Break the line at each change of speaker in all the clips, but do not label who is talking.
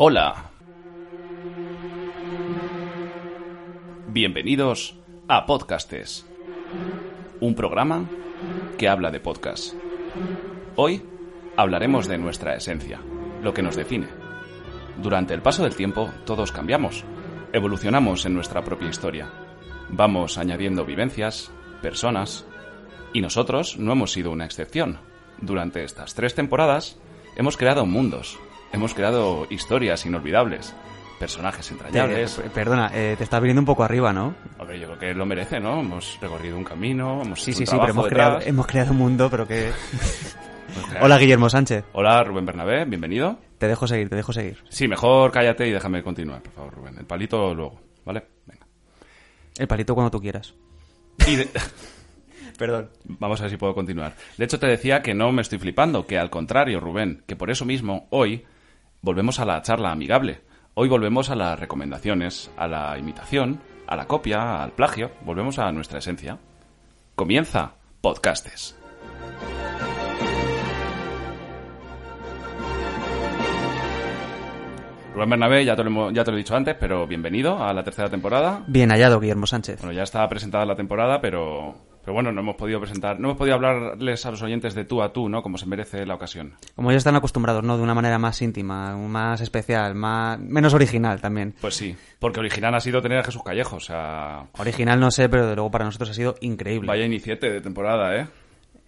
Hola. Bienvenidos a Podcastes, un programa que habla de podcast. Hoy hablaremos de nuestra esencia, lo que nos define. Durante el paso del tiempo todos cambiamos, evolucionamos en nuestra propia historia. Vamos añadiendo vivencias, personas, y nosotros no hemos sido una excepción. Durante estas tres temporadas hemos creado mundos, hemos creado historias inolvidables, personajes
Te-
entrañables.
eh, perdona, eh, te estás viniendo un poco arriba, ¿no?
A ver, yo creo que lo merece, ¿no? Hemos recorrido un camino, hemos
Sí,
hecho
sí,
un
sí, pero
trabajo
hemos creado,
detrás.
hemos creado un mundo, pero que... Pues
Hemos creado-
Hola, Guillermo Sánchez.
Hola, Rubén Bernabé, bienvenido.
Te dejo seguir, te dejo seguir.
Sí, mejor cállate y déjame continuar, por favor, Rubén. El palito luego, ¿vale? Venga.
El palito cuando tú quieras.
Y de-
Perdón.
Vamos a ver si puedo continuar. De hecho, te decía que no me estoy flipando, que al contrario, Rubén, que por eso mismo hoy volvemos a la charla amigable. Hoy volvemos a las recomendaciones, a la imitación, a la copia, al plagio. Volvemos a nuestra esencia. Comienza Podcastes. Rubén Bernabé, ya te, lo, hemos- ya te lo he dicho antes, pero bienvenido a la tercera temporada.
Bien hallado, Guillermo Sánchez.
Bueno, ya está presentada la temporada, pero, pero bueno, no hemos podido presentar, no hemos podido hablarles a los oyentes de tú a tú, ¿no? Como se merece la ocasión.
Como ya están acostumbrados, ¿no? De una manera más íntima, más especial, más... menos original también.
Pues sí, porque original ha sido tener a Jesús Callejo, o sea,
Original no sé, pero de luego para nosotros ha sido increíble.
vaya iniciete de temporada, ¿eh?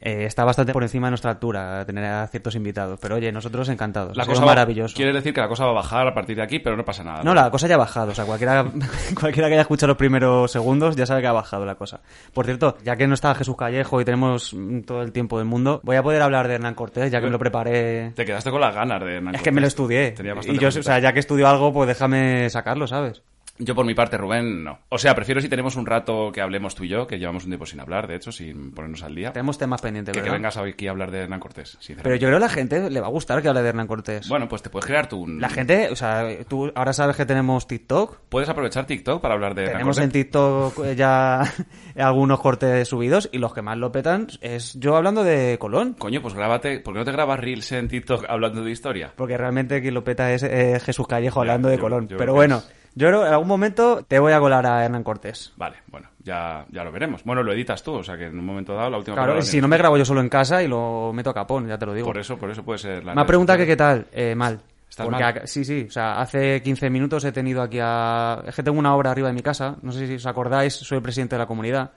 Eh, está bastante por encima de nuestra altura tener a ciertos invitados, pero oye, nosotros encantados.
La
Ha sido
cosa va-
maravilloso.
Quieres decir que la cosa va a bajar a partir de aquí, pero no pasa nada.
No, la cosa ya ha bajado. O sea, cualquiera, cualquiera que haya escuchado los primeros segundos ya sabe que ha bajado la cosa. Por cierto, ya que no está Jesús Callejo y tenemos mm, todo el tiempo del mundo, voy a poder hablar de Hernán Cortés, ya que me lo preparé.
Te quedaste con las ganas de Hernán
Es que me lo
Cortés.
estudié.
Tenía bastante
Y yo, o
ganas.
sea, ya que estudio algo, pues déjame sacarlo, ¿sabes?
Yo por mi parte, Rubén, no. O sea, prefiero si tenemos un rato que hablemos tú y yo, que llevamos un tiempo sin hablar, de hecho, sin ponernos al día, que,
Tenemos temas pendientes,
que
¿verdad?
vengas aquí a hablar de Hernán Cortés, sinceramente.
Pero yo creo que a la gente le va a gustar que hable de Hernán Cortés.
Bueno, pues te puedes crear tú un...
La gente, o sea, tú ahora sabes que tenemos TikTok.
Puedes aprovechar TikTok para hablar de Hernán
Tenemos
Cortés.
en TikTok eh, ya algunos cortes subidos y los que más lo petan es yo hablando de Colón.
Coño, pues grábate. ¿Por qué no te grabas Reels en TikTok hablando de historia?
Porque realmente quien lo peta es eh, Jesús Callejo
Ya,
hablando de
yo-
Colón.
yo creo
Pero
que
bueno,
es-
yo creo que en algún momento te voy a colar a Hernán Cortés.
Vale, bueno, ya, ya lo veremos. Bueno, lo editas tú, o sea que en un momento dado la última
Claro,
palabra
si
tienes
no me grabo yo solo en casa y lo meto a capón, ya te lo
tú.
digo.
Por eso, por eso puede ser la
me ha
red
preguntado que
social.
qué tal. Eh, mal.
¿Estás
Porque
mal?
a- sí, sí. O sea, hace 15 minutos he tenido aquí a... Es que tengo una obra arriba de mi casa. No sé si os acordáis, soy el presidente de la comunidad.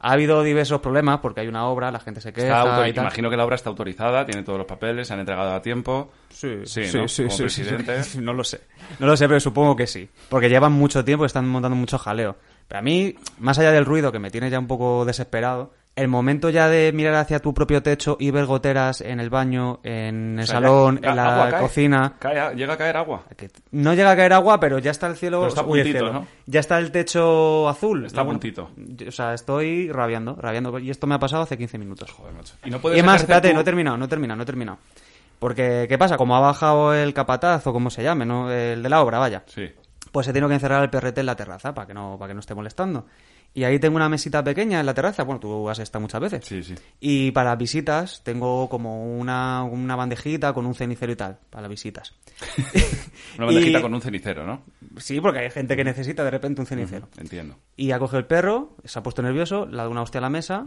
Ha habido diversos problemas porque hay una obra, la gente se queja
Está autor-
y tal.
Imagino que la obra está autorizada, tiene todos los papeles, se han entregado a tiempo. sí, ¿no? Como presidente.
no lo sé. No lo sé, pero supongo que sí. Porque llevan mucho tiempo y están montando mucho jaleo. Pero a mí, más allá del ruido que me tiene ya un poco desesperado, el momento ya de mirar hacia tu propio techo y ver goteras en el baño, en el
O sea,
salón,
ya-
en
ya- agua
la
cae.
cocina.
Cae a- llega a caer agua.
que No llega a caer agua, pero ya está el cielo.
Pero está
uy, el
puntito,
cielo.
¿no?
Ya está el techo azul.
Está
La-
puntito.
O sea, estoy rabiando, rabiando. Y esto me ha pasado hace 15 minutos.
Joder, macho. Y no puedes
Y además,
ejercer
espérate,
tú-
no he terminado, no he terminado, no he terminado. Porque, ¿qué pasa? Como ha bajado el capataz o como se llame, ¿no? El de la obra, vaya.
Sí.
Pues he tenido que encerrar el perrete en la terraza para que no, para que no esté molestando. Y ahí tengo una mesita pequeña en la terraza. Bueno, tú has estado muchas veces.
Sí, sí.
Y para visitas tengo como una, una bandejita con un cenicero y tal, para las visitas.
Una bandejita
Y-
con un cenicero, ¿no?
Sí, porque hay gente que necesita de repente un cenicero.
Entiendo.
Y ha cogido el perro, se ha puesto nervioso, le ha dado una hostia a la mesa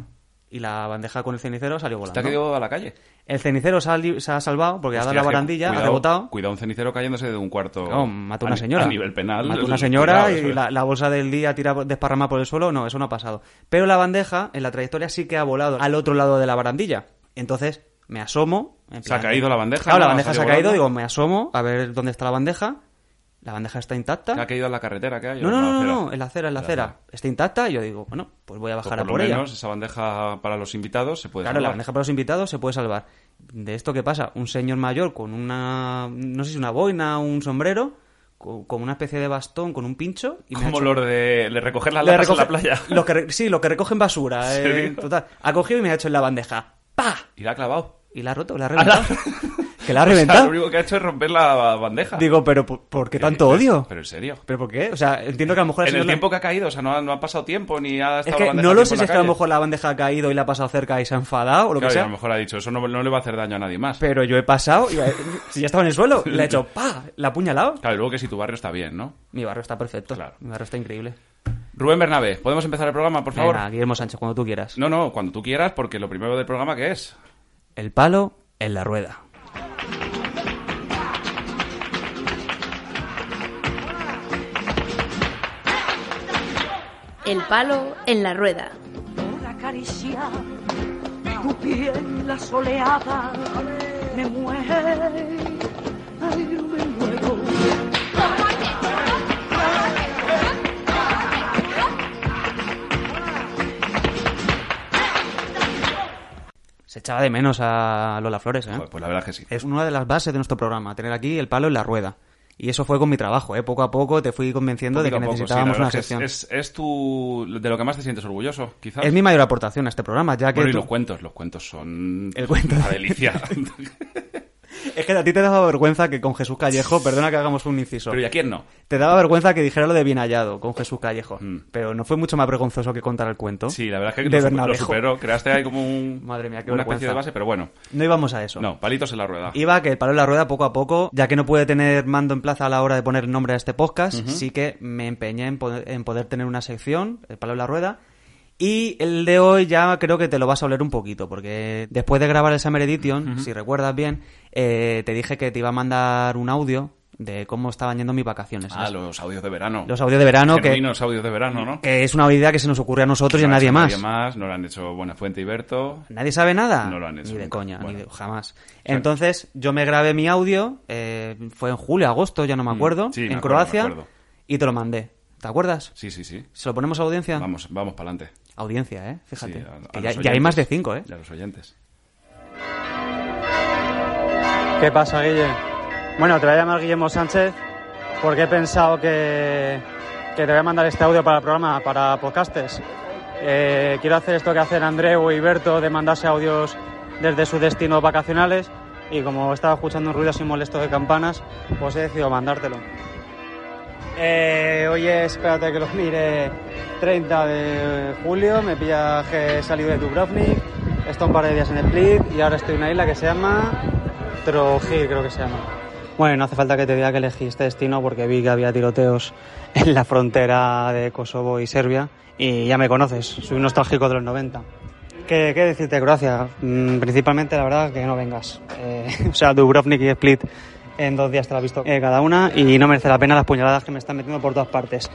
y la bandeja con el cenicero salió volando.
¿Te ha caído a la calle?
El cenicero se ha, li- se ha salvado porque ha
Hostia,
dado la
es que
barandilla,
cuidado-
ha rebotado.
Cuidado un cenicero cayéndose de un cuarto.
No, mató
a
a una
ni-
señora.
A nivel penal.
Mató a una señora
Cuidado, eso
y
es.
la, la bolsa del día tira desparramada por el suelo. No, eso no ha pasado. Pero la bandeja en la trayectoria sí que ha volado al otro lado de la barandilla. Entonces me asomo. en
Se ha
plan-
caído la bandeja,
Claro,
¿no?
la bandeja se ha
Salió
caído.
volando.
Digo, me asomo a ver dónde está la bandeja. La bandeja está intacta.
¿Te ha caído en la carretera que hay?
No,
¿O
no,
en la
no,
acera?
no, en la acera, en la acera. Está intacta y yo digo, bueno, pues voy a
Pues
bajar
por
a por
lo
ella.
menos esa bandeja para los invitados se puede
Claro, la
salvar.
bandeja para los invitados se puede salvar. ¿De esto qué pasa? Un señor mayor con una, no sé si una boina o un sombrero, co- con una especie de bastón, con un pincho. Y me ha
Como
hecho-
los de le recoger las
Le
latas en la
recoge-
playa.
Los que re- sí, los que recogen basura. eh,
serio?
total. Ha cogido y me ha hecho en la bandeja. ¡Pa!
Y la ha clavado.
Y la ha roto, la ha reventado. Que la ha
O sea,
reventado.
lo único que ha hecho es romper la bandeja. Eh,
Digo, pero ¿por, por qué
Pero-
tanto odio?
Pero en serio.
¿Pero por qué? O sea, entiendo que a lo mejor... ha
En
sido
el
la-
tiempo que ha caído, o sea, no ha, no ha pasado tiempo ni ha
Es
estado la
que
bandeja
no lo
tiempo
sé
en
si
la
es que a lo
calle.
mejor la bandeja ha caído y la ha pasado cerca y se ha enfadado o lo
Claro,
que
y a
sea.
lo mejor ha dicho, eso no, no le va a hacer daño a nadie más.
Pero yo he pasado y eh, si ya estaba en el suelo, le he hecho ¡pa! La ha apuñalado.
Claro, y luego que si tu barrio está bien, ¿no?
Mi barrio está perfecto.
Claro.
Mi barrio está increíble.
Rubén Bernabé, ¿podemos empezar el programa, por favor?
Venga, Guillermo Sánchez, cuando tú quieras.
No, no, cuando tú quieras, porque lo primero del programa que es.
El palo en la rueda.
El palo en la rueda.
por acariciar tu piel la soleada. Me muero, ay, me muero.
Se echaba de menos a Lola Flores, ¿eh?
Joder, pues la verdad es que sí.
Es una de las bases de nuestro programa, tener aquí el palo en la rueda. Y eso fue con mi trabajo, ¿eh? Poco a poco te fui convenciendo de
Poquito
que
a poco, sí, la
necesitábamos
verdad
una
es que es-
sección. Es,
Es, es tu. de lo que más te sientes orgulloso, quizás.
mi mayor aportación a este programa, ya que...
Bueno, y
tú-
los cuentos, los cuentos son.
El cuento.
Una delicia.
Es que a ti te daba vergüenza que con Jesús Callejo, perdona que hagamos un inciso,
Pero ¿y a quién no?
te daba vergüenza que dijera lo de bien hallado con Jesús Callejo.
Mm.
Pero no fue mucho más vergonzoso que contar el cuento.
Sí, la verdad es que
de
lo, su- lo
Bernabejo.
superó. Creaste ahí como un,
Madre mía, qué
una especie
vergüenza.
de base, pero bueno.
No íbamos a eso.
No, palitos en la rueda.
Iba a que el palo en la rueda poco a poco, ya que no pude tener mando en plaza a la hora de poner nombre a este podcast, sí que me empeñé en poder, en poder tener una sección, el palo en la rueda. Y el de hoy ya creo que te lo vas a oler un poquito, porque después de grabar el Summer Edition, si recuerdas bien, eh, te dije que te iba a mandar un audio de cómo estaban yendo mis vacaciones.
Ah, los audios de verano.
Los audios de verano, que,
Genuinos audios de verano, ¿no?
que es una idea que se nos ocurre a nosotros y a
No lo ha
nadie
hecho
más.
Nadie más, no lo han hecho Buenafuente y Berto.
¿Nadie sabe nada?
No lo han hecho
Ni de
nunca.
coña,
Bueno.
ni de- jamás. Entonces, yo me grabé mi audio, eh, fue en julio, agosto, ya no me acuerdo,
Mm, sí, me
en
acuerdo,
Croacia,
me acuerdo.
y te lo mandé. ¿Te acuerdas?
Sí, sí, sí.
¿Se lo ponemos a audiencia?
Vamos, vamos para adelante.
Audiencia, ¿eh? Fíjate.
Sí, a- a
Que
los
ya, ya hay
oyentes.
más de cinco, ¿eh?
Y a los oyentes.
¿Qué pasa, Guille? Bueno, te voy a llamar Guillermo Sánchez porque he pensado que, que te voy a mandar este audio para el programa, para podcastes. Eh, quiero hacer esto que hacen Andreu y Berto de mandarse audios desde sus destinos vacacionales y como estaba escuchando un ruido así molesto de campanas, pues he decidido mandártelo. Eh, hoy es, espérate que los mire, 30 de julio, me pilla que he salido de Dubrovnik, he estado un par de días en Split y ahora estoy en una isla que se llama Trojir, creo que se llama. Bueno, no hace falta que te diga que elegí este destino porque vi que había tiroteos en la frontera de Kosovo y Serbia y ya me conoces, soy un nostálgico de los 90. ¿Qué, qué decirte, Croacia? Mm, principalmente, la verdad, que no vengas. Eh, o sea, Dubrovnik y Split en dos días te la has visto eh, cada una y no merece la pena las puñaladas que me están metiendo por todas partes.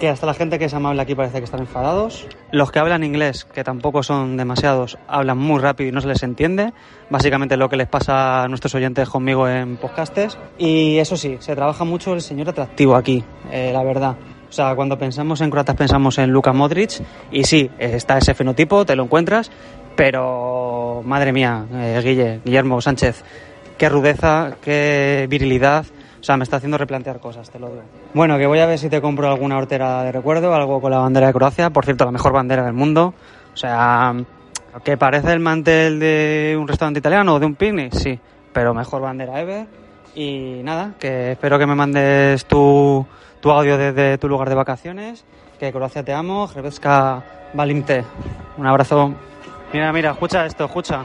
Que hasta la gente que es amable aquí parece que están enfadados. Los que hablan inglés, que tampoco son demasiados, hablan muy rápido y no se les entiende. Básicamente lo que les pasa a nuestros oyentes conmigo en podcastes. Y eso sí, se trabaja mucho el señor atractivo aquí, eh, la verdad. O sea, cuando pensamos en croatas pensamos en Luka Modric y sí, está ese fenotipo, te lo encuentras, pero madre mía, eh, Guille, Guillermo Sánchez, qué rudeza, qué virilidad. O sea, me está haciendo replantear cosas, te lo digo. Bueno, que voy a ver si te compro alguna hortera de recuerdo, algo con la bandera de Croacia, por cierto, la mejor bandera del mundo. O sea, que parece el mantel de un restaurante italiano o de un picnic, sí, pero mejor bandera ever. Y nada, que espero que me mandes tu, tu audio desde tu lugar de vacaciones. Que Croacia te amo, Hrvatska Valimte. Un abrazo. Mira, mira, escucha esto, escucha.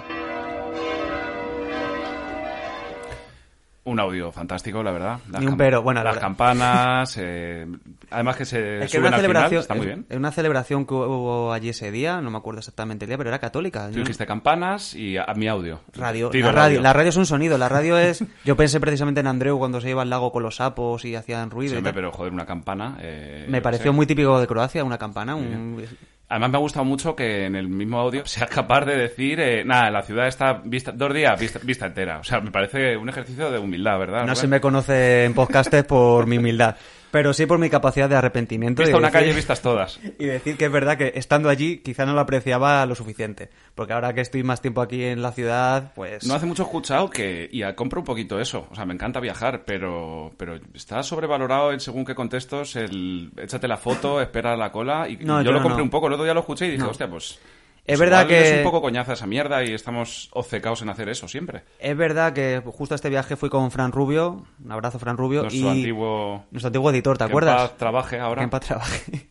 Un audio fantástico, la verdad. Las
Ni un
cam-
pero, bueno, la
las
verdad.
campanas. eh, además que se
Es que
suben
era una
al
celebración,
final, está muy bien.
es una celebración que hubo allí ese día, no me acuerdo exactamente el día, pero era católica.
Tú dijiste campanas y a, a mi audio.
Radio,
Tiro
la radio, la radio es un sonido, la radio es... Yo pensé precisamente en Andreu cuando se iba al lago con los sapos y hacían ruido
Sí,
y
hombre,
tal.
pero joder, una campana. eh, yo
Me
qué
pareció
sé.
muy típico de Croacia, una campana, un...
Además, me ha gustado mucho que en el mismo audio sea capaz de decir, eh, nada, la ciudad está vista, dos días, vista, vista entera. O sea, me parece un ejercicio de humildad, ¿verdad?
No
Rubén?
se me conoce en podcastes por mi humildad, pero sí por mi capacidad de arrepentimiento.
Vista
y
una
decir-
calle, vistas todas.
Y decir que es verdad que estando allí quizá no lo apreciaba lo suficiente, porque ahora que estoy más tiempo aquí en la ciudad, pues...
No hace mucho he escuchado que. Y a- compro un poquito eso. O sea, me encanta viajar, pero. Pero está sobrevalorado en según qué contextos el. Échate la foto, espera la cola. Y
No,
yo,
yo
lo
no,
compré
no.
un poco. El otro día lo escuché y dije,
No.
hostia, pues.
Es
Pues
verdad
igual
que
Es un poco coñaza esa mierda y estamos obcecados en hacer eso siempre.
es verdad que justo este viaje fui con Fran Rubio, un abrazo Fran Rubio
Nuestro
y
antiguo...
nuestro antiguo editor, ¿te
que en
acuerdas?
paz trabaje ahora.
Que en paz trabaje.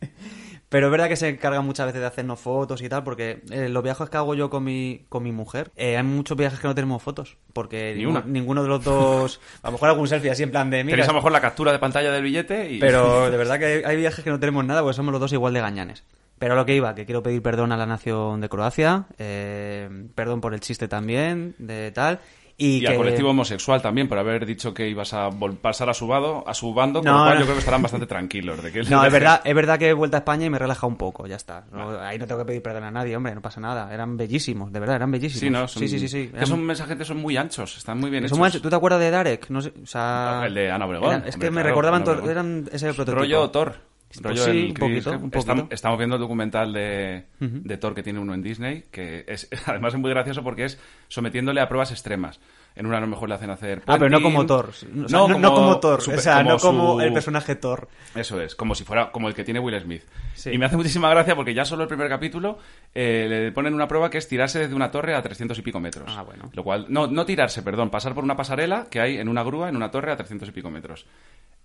Pero es verdad que se encarga muchas veces de hacernos fotos y tal, porque eh, los viajes que hago yo con mi, con mi mujer, eh, hay muchos viajes que no tenemos fotos, porque
Ni
ninguno-
una.
ninguno de los dos, a lo mejor algún selfie así en plan de mira,
Tenéis a lo mejor la captura de pantalla del billete y...
pero de verdad que hay, hay viajes que no tenemos nada porque somos los dos igual de gañanes. Pero a lo que iba, que quiero pedir perdón a la nación de Croacia, eh, perdón por el chiste también, de tal. Y,
Y,
que...
al colectivo homosexual también, por haber dicho que ibas a vol- pasar a su, vado- a su bando, con
No,
lo cual
no.
yo creo que estarán bastante tranquilos. De que les
No, es
dejes.
verdad, es verdad que he vuelto a España y me he relajado un poco, ya está. No, Ahí no tengo que pedir perdón a nadie, hombre, no pasa nada. Eran bellísimos, de verdad, eran bellísimos.
Sí, ¿no? Son-
sí, sí, sí. sí.
que
Eran-
son mensajes que son muy anchos, están muy bien
son
hechos.
muy anchos. ¿Tú te acuerdas de Darek? No sé, o sea,
No, el de Ana Obregón,
eran- es
hombre,
que me
claro,
recordaban,
Ana
to-
Obregón.
eran ese prototipo.
Rollo Thor.
Pues
Rollo
sí,
el
un
Chris
poquito,
Hemsworth.
un poquito.
Estamos, estamos viendo el documental de, de Thor que tiene uno en Disney, que es además es muy gracioso porque es sometiéndole a pruebas extremas. En una a lo mejor le hacen hacer.
Ah, pero no
puenting.
como Thor. O sea, no, no como, Thor.
super-
o sea, no como
su-
el personaje Thor.
Eso es, como si fuera como el que tiene Will Smith.
Sí.
Y me hace muchísima gracia porque ya solo el primer capítulo eh, le ponen una prueba que es tirarse desde una torre a 300 y pico metros.
Ah, bueno.
Lo cual, no, no tirarse, perdón, pasar por una pasarela que hay en una grúa, en una torre a 300 y pico metros.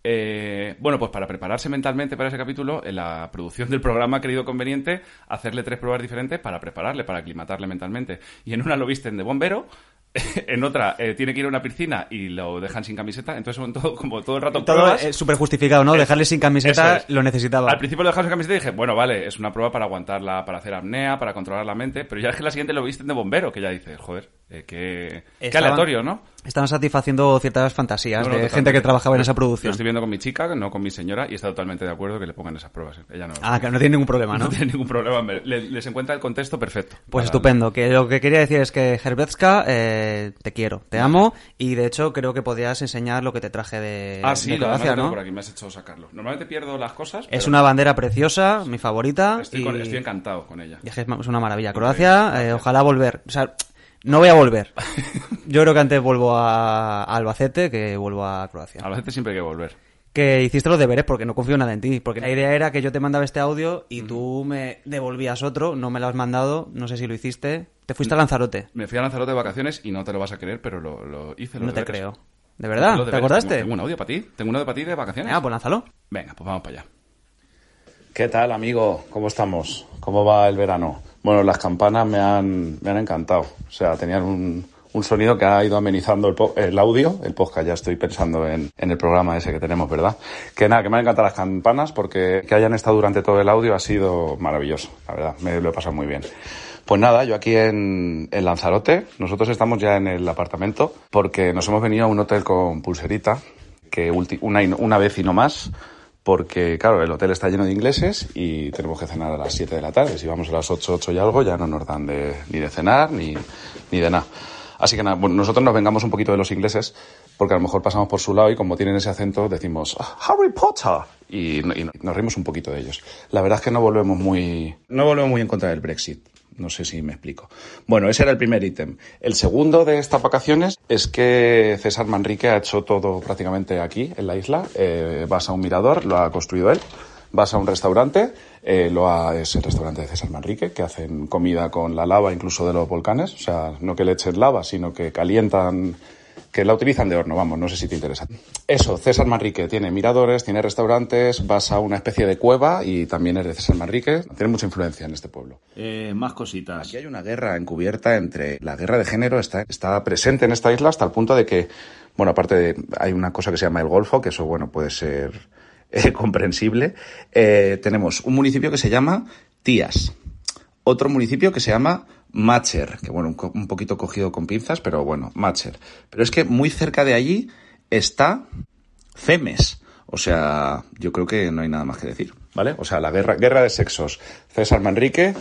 Eh, bueno, pues para prepararse mentalmente para ese capítulo, en la producción del programa ha creído conveniente hacerle tres pruebas diferentes para prepararle, para aclimatarle mentalmente. Y en una lo visten de bombero, en otra eh, tiene que ir a una piscina y lo dejan sin camiseta. Entonces son todo, como todo el rato
Todo
pruebas.
es súper justificado, ¿no? Dejarle sin camiseta
Eso es.
lo necesitaba.
Al principio lo dejamos en camiseta y dije, bueno, vale, es una prueba para aguantarla, para hacer apnea, para controlar la mente, pero ya es que la siguiente lo visten de bombero, que ya dices, joder, eh, qué, qué
Estaban-
aleatorio, ¿no?
Estaban satisfaciendo ciertas fantasías
No, no,
de gente
totalmente.
que trabajaba en
Lo-
esa
Lo
producción.
estoy viendo con mi chica, no con mi señora, y está totalmente de acuerdo que le pongan esas pruebas. ¿eh? Ella no,
Ah, que no tiene ningún problema,
no
¿no?
tiene ningún problema, me- le- les encuentra el contexto perfecto.
Pues
Para-
estupendo, que lo que quería decir es que Herbetzka, eh, te quiero, te amo, y de hecho creo que podrías enseñar lo que te traje de,
Ah, sí,
de
lo además
Croacia,
lo tengo
eh, ¿no?
por aquí, me has hecho sacarlo. Normalmente pierdo las cosas,
Es
pero
una bandera preciosa, mi favorita.
estoy,
y-
con- estoy encantado con ella.
y es que es una maravilla.
Increíble,
Croacia, eh,
gracias.
ojalá volver. O sea, no voy a volver. Yo creo que antes vuelvo a, a Albacete que vuelvo a Croacia.
A la gente siempre hay que volver.
Que hiciste los deberes porque no confío nada en ti. Porque la idea era que yo te mandaba este audio y tú me devolvías otro, no me lo has mandado, no sé si lo hiciste. Te
Mm.
fuiste a Lanzarote.
Me fui a Lanzarote de vacaciones y no te lo vas a creer, pero lo, lo hice. los
No te
deberes.
creo. ¿De
Los
verdad? ¿Te
deberes.
acordaste?
Tengo, tengo un audio para ti. Tengo un audio para ti de vacaciones.
Venga, pues lánzalo.
Venga, pues vamos para allá.
¿Qué tal, amigo? ¿Cómo estamos? ¿Cómo va el verano? Bueno, las campanas me han, me han encantado. O sea, tenían un, un sonido que ha ido amenizando el, po- el audio, el podcast. Ya estoy pensando en, en el programa ese que tenemos, ¿verdad? Que nada, que me han encantado las campanas porque que hayan estado durante todo el audio ha sido maravilloso, la verdad. Me lo he pasado muy bien. Pues nada, yo aquí en, en Lanzarote, nosotros estamos ya en el apartamento porque nos hemos venido a un hotel con pulserita, que ulti- una, y no- una vez y no más, porque, claro, el hotel está lleno de ingleses y tenemos que cenar a las 7 de la tarde. Si vamos a las 8, 8 y algo, ya no nos dan de- ni de cenar ni, ni de nada. Así que nada, bueno, nosotros nos vengamos un poquito de los ingleses, porque a lo mejor pasamos por su lado y como tienen ese acento decimos "Ah, Harry Potter y, no- y nos rimos un poquito de ellos. La verdad es que no volvemos muy, no volvemos muy en contra del Brexit. No sé si me explico. Bueno, ese era el primer ítem. El segundo de estas vacaciones es que César Manrique ha hecho todo prácticamente aquí, en la isla. Eh, vas a un mirador, lo ha construido él. Vas a un restaurante, eh, lo ha- es el restaurante de César Manrique, que hacen comida con la lava incluso de los volcanes. O sea, no que le echen lava, sino que calientan que la utilizan de horno, vamos, no sé si te interesa. Eso, César Manrique tiene miradores, tiene restaurantes, vas a una especie de cueva y también eres César Manrique, tiene mucha influencia en este pueblo.
Eh, más cositas.
Aquí hay una guerra encubierta entre la guerra de género está, está presente en esta isla hasta el punto de que, bueno, aparte de, hay una cosa que se llama el Golfo, que eso, bueno, puede ser eh, comprensible. Eh, tenemos un municipio que se llama Tías, otro municipio que se llama Macher, que bueno, un, co- un poquito cogido con pinzas, pero bueno, Macher. Pero es que muy cerca de allí está Femes. O sea, yo creo que no hay nada más que decir, ¿vale? O sea, la guerra, guerra de sexos. César Manrique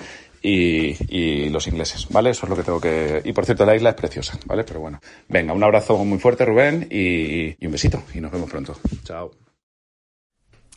y, y los ingleses, ¿vale? Eso es lo que tengo que... Y por cierto, la isla es preciosa, ¿vale? Pero bueno. Venga, un abrazo muy fuerte, Rubén, y, y un besito. Y nos vemos pronto. Chao.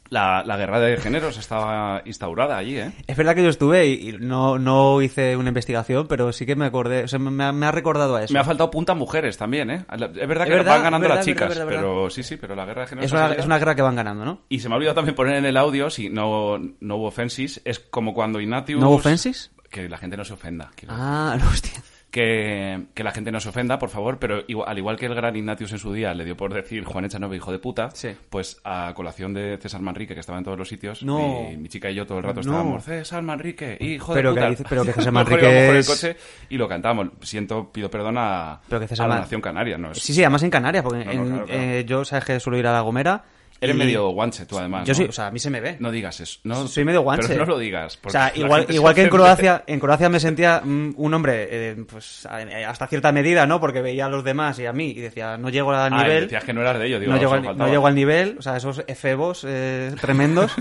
La, la guerra de géneros estaba instaurada allí, ¿eh?
Es verdad que yo estuve y, y no, no hice una investigación, pero sí que me acordé, o sea, me, ha- me ha recordado a eso.
Me ha faltado punta mujeres también, ¿eh? Es verdad que
Es verdad,
van ganando
verdad,
las
verdad,
chicas,
verdad, verdad.
pero sí, sí, pero la guerra de géneros...
es, una,
así
es
era.
una guerra que van ganando, ¿no?
Y se me ha olvidado también poner en el audio, si no, no hubo fensis, es como cuando Ignatius...
¿No hubo fences?
que la gente no se ofenda. quiero decir.
Ah, hostia.
Que, que la gente no se ofenda, por favor, pero igual- al igual que el gran Ignatius en su día le dio por decir Juan Echanove, hijo de puta,
Sí.
pues a colación de César Manrique, que estaba en todos los sitios,
No.
mi, mi chica y yo todo el rato
No.
estábamos, César Manrique, hijo
Pero que
de puta.
dice- pero que César
Mejor
Manrique
íbamos por el
es-
coche y lo cantamos. Siento, pido perdón a,
Pero que César
a la
Man-
nación canaria, ¿no? Es,
Sí, sí, además en Canarias, porque
pues, No, no,
en-
claro, claro.
eh, yo sabes que suelo ir a La Gomera.
Eres
y-
medio guanche tú, además,
Yo
¿no?
sí, o sea, a mí se me ve.
No digas eso. No,
Soy medio guanche.
Pero no lo digas.
O
porque
sea,
la
igual,
gente se
igual que en
ofende.
Croacia, en Croacia me sentía mm, un hombre, eh, pues a- eh, hasta cierta medida, ¿no? Porque veía a los demás y a mí y decía, no llego al
Ah, y
nivel.
decías que no eras de ellos. Digo,
no, llego
solo
al, no
faltaba.
llego al nivel, o sea, esos efebos eh, tremendos,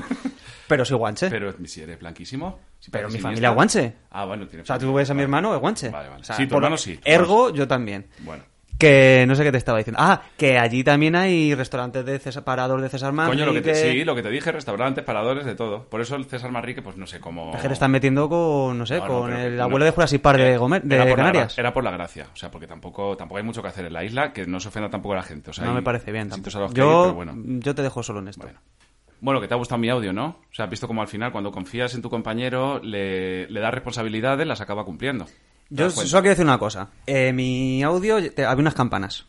pero soy guanche.
Pero si eres blanquísimo. si
Pero
pareces
mi
siniestra.
familia es guanche.
Ah, bueno, tiene
o sea, tú ves a mi
vale.
hermano, es guanche.
Vale, vale.
O sea,
sí, tu
por-
hermano sí. tu
Ergo,
hermano
yo también.
sí. Bueno.
Que no sé qué te estaba diciendo. Ah, que allí también hay restaurantes de César, parador de César Manrique.
Coño, lo que te, sí, lo que te dije, restaurantes, paradores, de todo. Por eso el César Manrique, pues no sé cómo.
La gente están metiendo con, no sé,
No, no,
con
pero que-
el
no.
abuelo de Jurassic Park de, Gomer, de
Era por la
Canarias.
gra- era por la gracia, o sea, porque tampoco, tampoco hay mucho que hacer en la isla que no se ofenda tampoco a la gente. O sea,
no
hay
me parece bien
sitios
tampoco.
a los que ir,
Yo,
pero bueno.
yo te dejo solo en esto.
Bueno. Bueno, que te ha gustado mi audio, ¿no? O sea, has visto como al final, cuando confías en tu compañero, le, le das responsabilidades, las acaba cumpliendo. ¿Te
Yo
das cuenta?
solo quiero decir una cosa. Eh, mi audio, te- había unas campanas.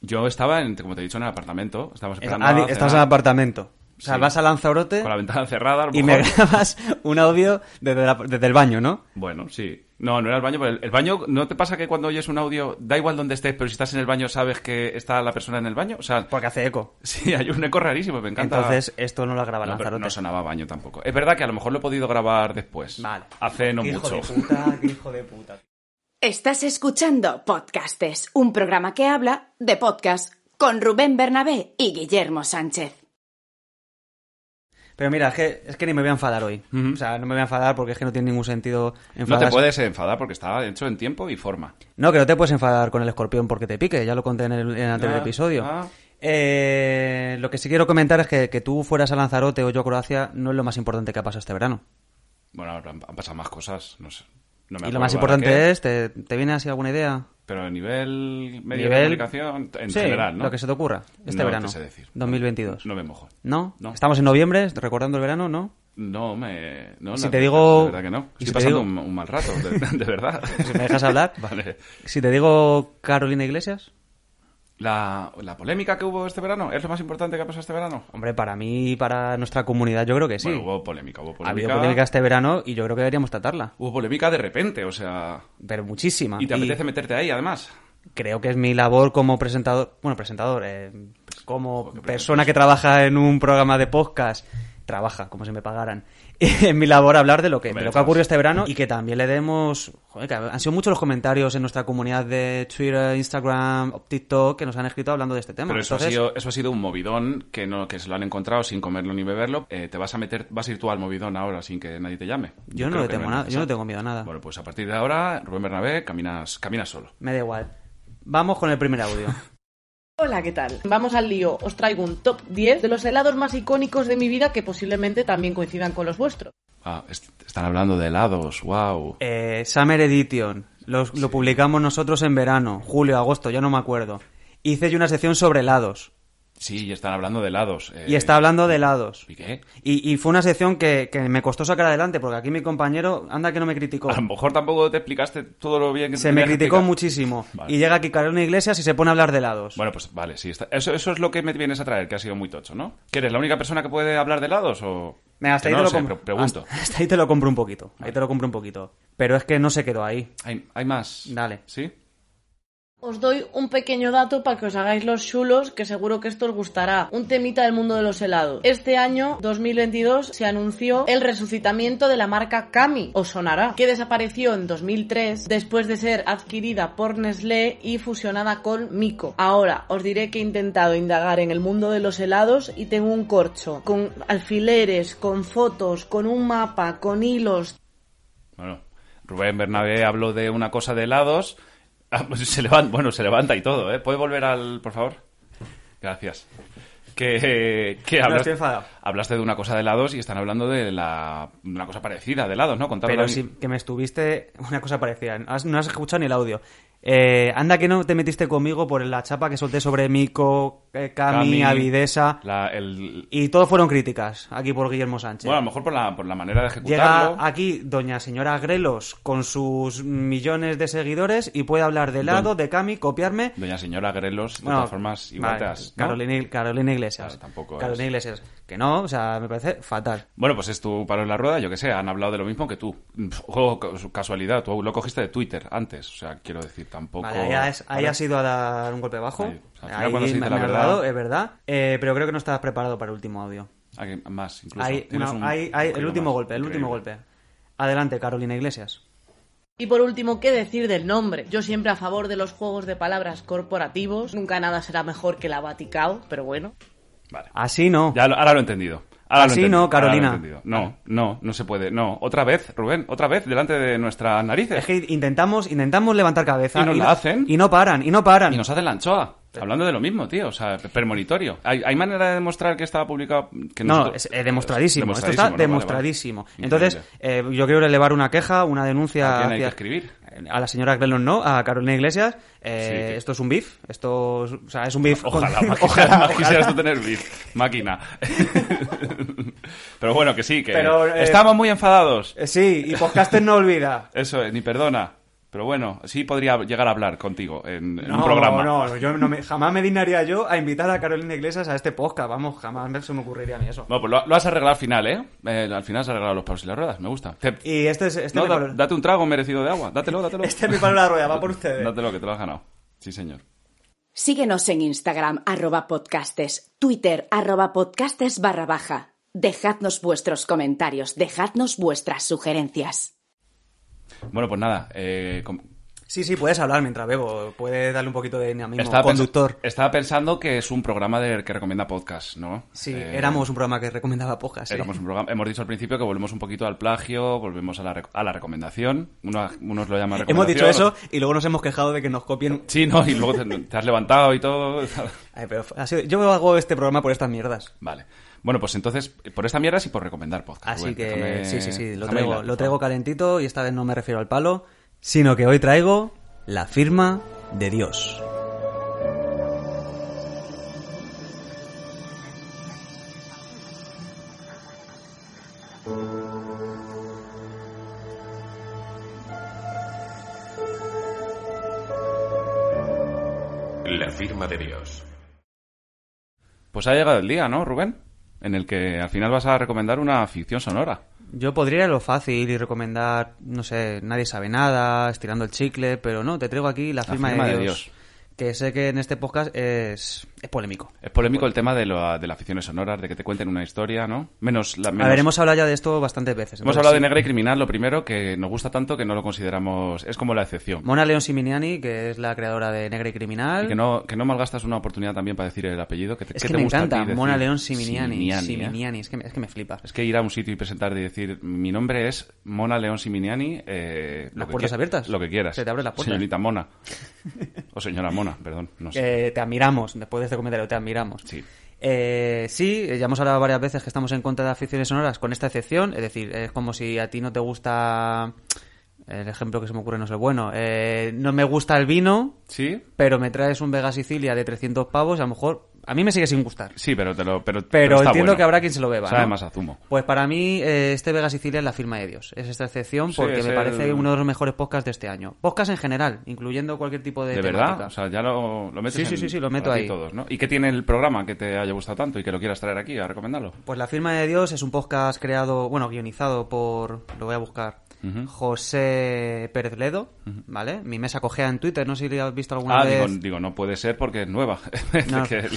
Yo estaba, en, como te he dicho, en el apartamento. Estábamos esperando.
Ah,
a
di- Estás en el
cenar,
apartamento. O sea,
Sí.
vas a Lanzarote
Con la ventana cerrada, a lo
y me
mejor.
grabas un audio desde, la- desde el baño, ¿no?
Bueno, sí. No, no era el baño, pero el, el baño, ¿no te pasa que cuando oyes un audio, da igual dónde estés, pero si estás en el baño sabes que está la persona en el baño? O sea,
Porque hace eco.
sí, hay un eco rarísimo, me encanta.
Entonces, esto no lo graba
no, pero
Lanzarote.
no sonaba baño tampoco. Es verdad que a lo mejor lo he podido grabar después.
Vale.
Hace no
Qué
mucho.
Hijo de puta, qué hijo de puta.
Estás escuchando Podcastes, un programa que habla de podcast con Rubén Bernabé y Guillermo Sánchez.
Pero mira, es que, es que ni me voy a enfadar hoy. O sea, no me voy a enfadar porque es que no tiene ningún sentido
No te
enfadarse.
puedes enfadar porque está hecho en tiempo y forma.
No, que no te puedes enfadar con el escorpión porque te pique, ya lo conté en el, en el anterior
Ah,
episodio.
ah.
Eh, lo que sí quiero comentar es que, que tú fueras a Lanzarote o yo a Croacia no es lo más importante que ha pasado este verano.
Bueno, han, han pasado más cosas, no sé. No
Y
me acuerdo
lo más
ahora
importante
qué,
es, ¿te, te viene así alguna idea?
Pero a nivel medio
Nivel-
de comunicación, en
Sí,
general, ¿no?
Lo que se te ocurra este
No
verano.
te sé decir.
2022.
No me mojo.
¿No?
No.
Estamos en noviembre, recordando el verano, ¿no?
No, me. No,
Si
la-
te digo-
De verdad que no.
y si
Estoy
te
pasando
digo-
un, un mal rato, de, de verdad.
Si me dejas hablar.
Vale.
Si te digo Carolina Iglesias.
La, la polémica que hubo este verano, ¿es lo más importante que ha pasado este verano?
Hombre, para mí y para nuestra comunidad yo creo que sí.
Bueno, hubo polémica, hubo
ha habido
polémica.
polémica este verano y yo creo que deberíamos tratarla.
Hubo polémica de repente, o sea.
Pero muchísima.
Y te apetece meterte ahí, además.
creo que es mi labor como presentador, bueno, presentador, eh, como
Joder, qué
persona que trabaja en un programa de podcast, trabaja, como si me pagaran. Es mi labor hablar de lo que, de
Hombre,
lo que ha ocurrido
estás-
este verano y que también le demos... Joder, que han sido muchos los comentarios en nuestra comunidad de Twitter, Instagram, TikTok que nos han escrito hablando de este tema.
Pero eso,
Entonces,
ha sido, eso ha sido un movidón que no que se lo han encontrado sin comerlo ni beberlo. Eh, te vas a meter, vas a ir tú al movidón ahora sin que nadie te llame.
Yo no
creo
le
que
temo
es
nada, yo no
necesario.
tengo miedo a nada.
Bueno, pues a partir de ahora, Rubén Bernabé, caminas, caminas solo.
Me da igual. Vamos con el primer audio.
Hola, ¿qué tal? Vamos al lío. Os traigo un top 10 de los helados más icónicos de mi vida que posiblemente también coincidan con los vuestros.
Ah, est- están hablando de helados, wow.
Eh, Summer Edition. Los- Lo publicamos nosotros en verano, julio, agosto, ya no me acuerdo. Hice yo una sección sobre helados.
Sí, y están hablando de helados. eh.
Y está hablando de helados.
¿Y qué?
Y, y fue una sección que, que me costó sacar adelante, porque aquí mi compañero, anda que no me criticó.
A lo mejor tampoco te explicaste todo lo bien que
Se
te
me
tenías que
criticó
explicar.
muchísimo.
Vale.
Y llega aquí Carolina Iglesias y se pone a hablar de helados.
Bueno, pues vale, sí. está- Eso, eso es lo que me vienes a traer, que ha sido muy tocho, ¿no? ¿Que eres la única persona que puede hablar de helados o...?
Venga, hasta ahí
Que no
te
lo
lo
sé,
compro.
pre- pregunto.
Hasta, hasta ahí te lo compro un poquito. Ahí te lo compro un poquito. Pero es que no se quedó ahí.
¿Hay, hay más?
Dale.
¿Sí?
Os doy un pequeño dato para que os hagáis los chulos, que seguro que esto os gustará. Un temita del mundo de los helados. Este año, 2022, se anunció el resucitamiento de la marca Kami, os sonará, que desapareció en 2003 después de ser adquirida por Nestlé y fusionada con Mico. Ahora, os diré que he intentado indagar en el mundo de los helados y tengo un corcho, con alfileres, con fotos, con un mapa, con hilos,
Bueno, Rubén Bernabé habló de una cosa de helados. Ah, pues se levanta, bueno, se levanta y todo, ¿eh? ¿Puede volver al, por favor? Gracias. Que, que
No, estoy
hablaste,
enfadado.
hablaste de una cosa de helados y están hablando de la, una cosa parecida de helados, ¿no? Contadme
Pero
la-
sí que me estuviste una cosa parecida. No has, no has escuchado ni el audio. Eh, anda que no te metiste conmigo por la chapa que solté sobre Mico, eh, Cami,
Cami,
Avidesa,
la- el-
y todos fueron críticas aquí por Guillermo Sánchez.
Bueno, a lo mejor por la, por la manera de ejecutarlo.
Llega aquí doña señora Grelos con sus millones de seguidores y puede hablar de lado, de Cami, copiarme.
Doña señora Grelos, de
Bueno,
todas formas, igual
vale,
te has- ¿no?
Carolina, Carolina Iglesias.
Claro, tampoco
Carolina
es-
Iglesias. Que no, o sea, me parece fatal.
Bueno, pues es tu palo en la rueda, yo qué sé, han hablado de lo mismo que tú. Pf, oh, ca- casualidad, tú lo cogiste de Twitter antes, o sea, quiero decir, tampoco...
Vale, ahí has, ahí
¿Vale?
has ido a dar un golpe bajo.
Ahí, al final
Ahí
cuando se dice
me-
la
me has
verdad-
dado, es verdad. Eh, pero creo que no estabas preparado para el último audio.
Hay más, incluso.
Hay,
Tienes
una-
un-
hay- hay-
un
el último
más.
golpe, el último
Increíble.
golpe. Adelante, Carolina Iglesias.
Y por último, ¿qué decir del nombre? Yo siempre a favor de los juegos de palabras corporativos. Nunca nada será mejor que la Vaticao, pero bueno.
Vale.
Así no.
Ya lo- ahora lo he entendido. Ahora lo he
Así
entendido,
Ah, no,
ahora lo he
Carolina.
entendido. No, no, no se puede. No, otra vez, Rubén, otra vez delante de nuestras narices.
Es que intentamos, intentamos levantar cabeza.
Y nos la
no-
hacen.
Y no paran, y no paran.
Y nos hacen la anchoa. Hablando de lo mismo, tío. O sea, premonitorio. ¿Hay, hay manera de demostrar que estaba publicado? Que
No,
nosotros-
es eh, demostradísimo. Esto está
¿no? Vale, vale.
demostradísimo.
Increíble.
Entonces, eh, yo quiero elevar una queja, una denuncia.
¿A quién hay
hacia-
que escribir?
A la señora Grelon no, a Carolina Iglesias. Eh,
Sí, que-
Esto es un bif. Esto es, o sea, es un bif. con-
Ojalá, máquina,
ojalá,
quisieras tú
ojalá.
tener beef. Máquina. Pero bueno, que sí, que
Pero, eh,
estamos muy enfadados.
Eh, Sí, y podcaster no olvida.
Eso es, ni perdona. Pero bueno, sí podría llegar a hablar contigo en, en un
No,
programa.
no, yo no me- jamás me dignaría yo a invitar a Carolina Iglesias a este podcast. Vamos, jamás se me ocurriría a mí eso.
Bueno, pues lo, lo has arreglado al final, ¿eh? Eh, Al final has arreglado los pasos y las ruedas, me gusta. Te-
Y este es, este
No,
es mi
da-
palo-
date un trago merecido de agua, dátelo, dátelo.
este es mi palo de la rueda, va por ustedes.
Dátelo, que te lo has ganado. Sí, señor.
Síguenos en Instagram, arroba podcastes, Twitter, arroba podcastes barra baja. Dejadnos vuestros comentarios, dejadnos vuestras sugerencias.
Bueno, pues nada, eh, com-
Sí, sí, puedes hablar mientras bebo. Puedes darle un poquito de dinamismo.
pens-
Conductor.
estaba Eh, pensando que es un programa de- que recomienda podcast, ¿no?
Sí,
Eh,
éramos un programa que recomendaba pocas. sí.
éramos un programa- hemos dicho al principio que volvemos un poquito al plagio, volvemos a la, rec- a la recomendación. Uno- unos lo llaman recomendación.
Hemos dicho eso y luego nos hemos quejado de que nos copien.
Sí, no, y luego te, te has levantado y todo.
Ay, pero ha sido- Yo hago este programa por estas mierdas.
Vale. Bueno, pues entonces, por esta mierda y por recomendar podcast.
Así
Rubén,
que
déjame-
sí, sí, sí, lo
déjame
traigo,
hilar,
lo
por
traigo
favor.
calentito y esta vez no me refiero al palo, sino que hoy traigo la firma de Dios.
La firma de Dios.
Pues ha llegado el día, ¿no, Rubén? En el que al final vas a recomendar una ficción sonora.
Yo podría ir a lo fácil y recomendar, no sé, nadie sabe nada, estirando el chicle, pero no, te traigo aquí la firma,
firma de
de, Dios, que sé que en este podcast es, es polémico.
Es polémico el tema de, lo- de las ficciones sonoras, de que te cuenten una historia, ¿no? Menos la. menos-
A ver, hemos hablado ya de esto bastantes veces.
hemos
entonces,
hablado
sí.
de Negra y Criminal, lo primero, que nos gusta tanto que no lo consideramos. Es como la excepción.
Mona León Siminiani, que es la creadora de Negra y Criminal.
Y que no, que no malgastas una oportunidad también para decir el apellido. Que te,
es
¿qué
que
te
me
gusta a ti
encanta,
decir?
Mona León Siminiani.
Siminiani,
Siminiani,
¿eh?
es, que me, es que me flipa.
Es que ir a un sitio y presentar y decir, mi nombre es Mona León Siminiani. eh, lo
Las
que
puertas
qui-
abiertas.
Lo que quieras.
Se te abren las puertas.
Señorita Mona. o señora Mona, perdón. No sé.
Que te admiramos, después de este comentario, te admiramos.
Sí.
Eh, sí, eh, ya hemos hablado varias veces que estamos en contra de aficiones sonoras con esta excepción. Es decir, es como si a ti no te gusta. El ejemplo que se me ocurre no es el bueno. Eh, no me gusta el vino,
¿Sí?
pero me traes un Vega Sicilia de 300 pavos. y A lo mejor. A mí me sigue sin gustar.
Sí, pero te lo. Pero,
Pero
está
entiendo
bueno.
que habrá quien se lo beba.
Sabe
¿no?
más a zumo.
Pues para mí, eh, este Vega Sicilia es la firma de Dios. Es esta excepción
Sí,
porque
es
me parece
el-
uno de los mejores podcasts de este año. Podcasts en general, incluyendo cualquier tipo de.
¿De
temática.
verdad? O sea, ya lo, lo metes
Sí, sí,
en-
sí, sí, lo meto
aquí
ahí.
todos, ¿no? ¿Y qué tiene el programa que te haya gustado tanto y que lo quieras traer aquí a recomendarlo?
Pues La firma de Dios es un podcast creado, bueno, guionizado por, lo voy a buscar,
Ujú.
José Pérez Ledo, ¿vale? Mi mesa cojea en Twitter, no sé si lo has visto alguna
Ah,
vez.
digo, digo, no puede ser porque es nueva.
No.
Que le-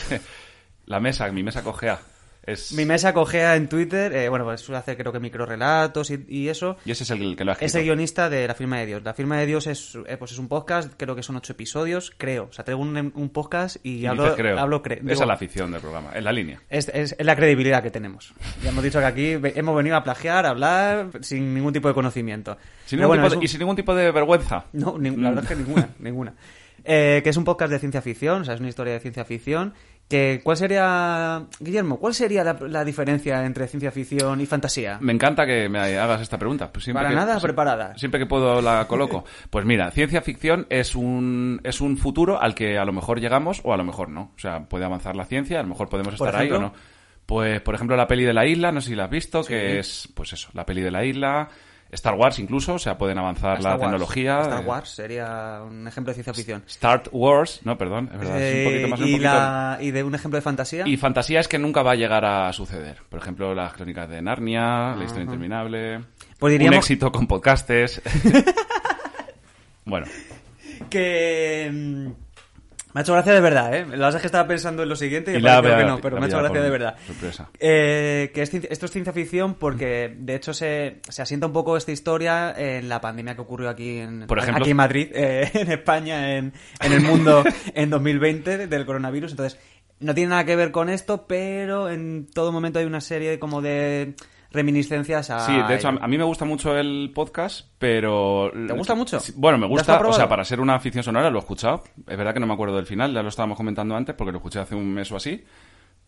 la mesa, mi mesa cojea. Es...
Mi mesa cojea en Twitter, eh, bueno, pues hace creo que microrelatos y, y eso.
Y ese es el que lo ha escrito.
Es el guionista de La firma de Dios. La firma de Dios es, eh, pues es un podcast, creo que son ocho episodios, creo. O sea, traigo un, un podcast y,
Y
hablo,
dices, creo.
hablo cre-
Esa
digo,
es la afición del programa, es la línea.
Es, es- es la credibilidad que tenemos. Ya hemos dicho que aquí ve- hemos venido a plagiar, a hablar sin ningún tipo de conocimiento.
Sin
Pero
ningún
bueno,
tipo
es
de-
un-
Y sin ningún tipo de vergüenza.
No, ni- la verdad es que ninguna, ninguna. Eh, que es un podcast de ciencia ficción, o sea, es una historia de ciencia ficción Que, ¿Cuál sería, Guillermo, cuál sería la, la diferencia entre ciencia ficción y fantasía?
Me encanta que me hagas esta pregunta. pues siempre
Para
que-
nada
sí,
preparada.
Siempre que puedo la coloco. Pues mira, ciencia ficción es un, es un futuro al que a lo mejor llegamos o a lo mejor no. O sea, puede avanzar la ciencia, a lo mejor podemos
Por
estar ahí o
ejemplo.
no. Pues, por ejemplo, la peli de la isla, no sé si la has visto, que es, pues eso, la peli de la isla, Star Wars incluso, o sea, pueden avanzar la
Star Wars.
tecnología.
Star
eh,
Wars sería un ejemplo de ciencia ficción.
Star Wars, no, perdón, es verdad, es un poquito más
Eh,
un
y,
poquito-
la- y de un ejemplo de fantasía.
Y fantasía es que nunca va a llegar a suceder. Por ejemplo, las crónicas de Narnia, la historia interminable.
Pues
Un
diríamos-
éxito con podcastes. bueno,
Que. mm, Me ha hecho gracia de verdad, ¿eh? La verdad es que estaba pensando en lo siguiente y,
Y
he parecido
la-
que
la-
no, pero
la
me ha hecho
pillaba
gracia de
por
verdad.
sorpresa.
Eh, que es cien- esto es ciencia ficción porque, de hecho, se, se asienta un poco esta historia en la pandemia que ocurrió aquí en,
Por ejemplo.
aquí en Madrid, eh, en España, en, en el mundo, en 2020 del coronavirus. Entonces, no tiene nada que ver con esto, pero en todo momento hay una serie como de reminiscencias a...
sí, de hecho, a,
ello.
a mí me gusta mucho el podcast, pero...
¿Te gusta mucho?
Sí, Bueno, me
¿Ya está
gusta, o sea,
aprobado?
para ser una afición sonora lo he escuchado. Es verdad que no me acuerdo del final, ya lo estábamos comentando antes porque lo escuché hace un mes o así.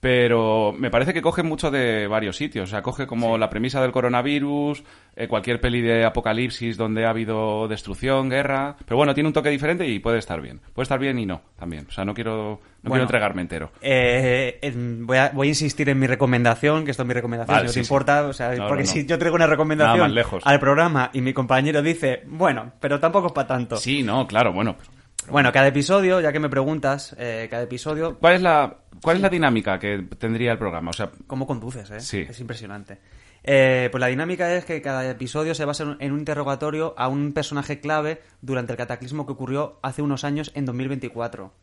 Pero me parece que coge mucho de varios sitios. O sea, coge como la premisa del coronavirus, eh, cualquier peli de apocalipsis donde ha habido destrucción, guerra. Pero bueno, tiene un toque diferente y puede estar bien. Puede estar bien y no, también. O sea, no quiero, no quiero
Bueno.
entregarme entero.
Eh, em, voy, a, voy a insistir en mi recomendación, que esto es mi recomendación, si
Vale,
no
sí,
te
sí.
importa. O sea,
No,
porque
no, no.
si yo traigo una recomendación
Nada más lejos.
al programa y mi compañero dice, bueno, pero tampoco es para tanto.
Sí, no, claro, bueno. pero-
Bueno, cada episodio, ya que me preguntas, eh, cada episodio,
¿Cuál es la, cuál es la dinámica que tendría el programa? O sea,
¿cómo conduces? Eh?
Sí.
Es impresionante. Eh, pues la dinámica es que cada episodio se basa en- en un interrogatorio a un personaje clave durante el cataclismo que ocurrió hace unos años en 2024.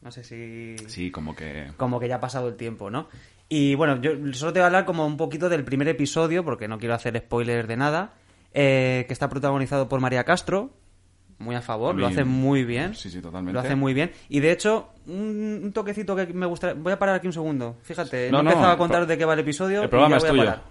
No sé si...
sí, como que...
como que ya ha pasado el tiempo, ¿no? Y bueno, yo solo te voy a hablar como un poquito del primer episodio, porque no quiero hacer spoilers de nada, eh, que está protagonizado por María Castro, muy a favor,
A mí-
lo hace muy bien.
Sí, sí, totalmente.
Lo hace muy bien. Y de hecho, un, un toquecito que me gustaría... Voy a parar aquí un segundo, fíjate,
No,
no,
no,
he empezado
el
a contar
pro-
de qué va el episodio.
el
y
programa
ya
es
voy a
tuyo.
parar.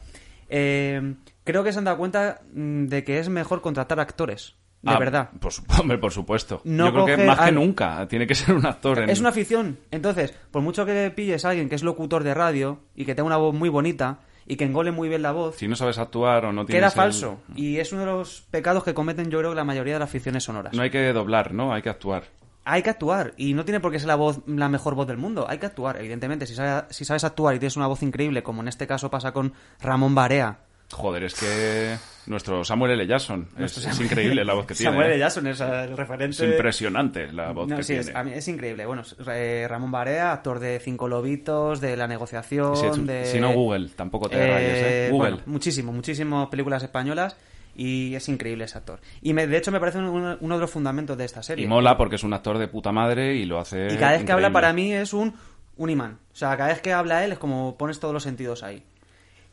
Eh, creo que se han dado cuenta mm, de que es mejor contratar actores, de
Ah,
verdad.
Por, su- hombre, por supuesto.
No
Yo creo que
coge
más que
al-
nunca tiene que ser un actor. en-
Es una afición. Entonces, por mucho que pilles a alguien que es locutor de radio y que tenga una voz muy bonita y que engole muy bien la voz,
Si no sabes actuar o no tienes.
queda
el- Mm.
falso. Y es uno de los pecados que cometen, yo creo, la mayoría de las aficiones sonoras.
No hay que doblar, ¿no? Hay que actuar.
Hay que actuar. Y no tiene por qué ser la, voz, la mejor voz del mundo. Hay que actuar, evidentemente. Si sabes, si sabes actuar y tienes una voz increíble, como en este caso pasa con Ramón Barea.
Joder, es que. Nuestro Samuel L. Jackson. Es, es increíble la voz que tiene.
Samuel
¿eh?
L. Jackson es el referente.
Es impresionante la voz
No,
que
sí,
tiene.
es, a mí es increíble. Bueno, es- eh, Ramón Barea, actor de Cinco Lobitos, de La Negociación,
Si es-
de...
si no, Google, tampoco te rayes, ¿eh? Google.
bueno, muchísimo, muchísimas películas españolas y es increíble ese actor. Y me- de hecho me parece uno, uno de los fundamentos de esta serie.
y mola porque es un actor de puta madre y lo hace.
Y cada vez que habla
increíble.
para mí es un, un imán. O sea, cada vez que habla él es como pones todos los sentidos ahí.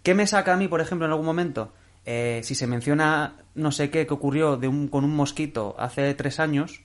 ¿Qué me saca a mí, por ejemplo, en algún momento? Eh, si se menciona no sé qué que ocurrió de un, con un mosquito hace tres años,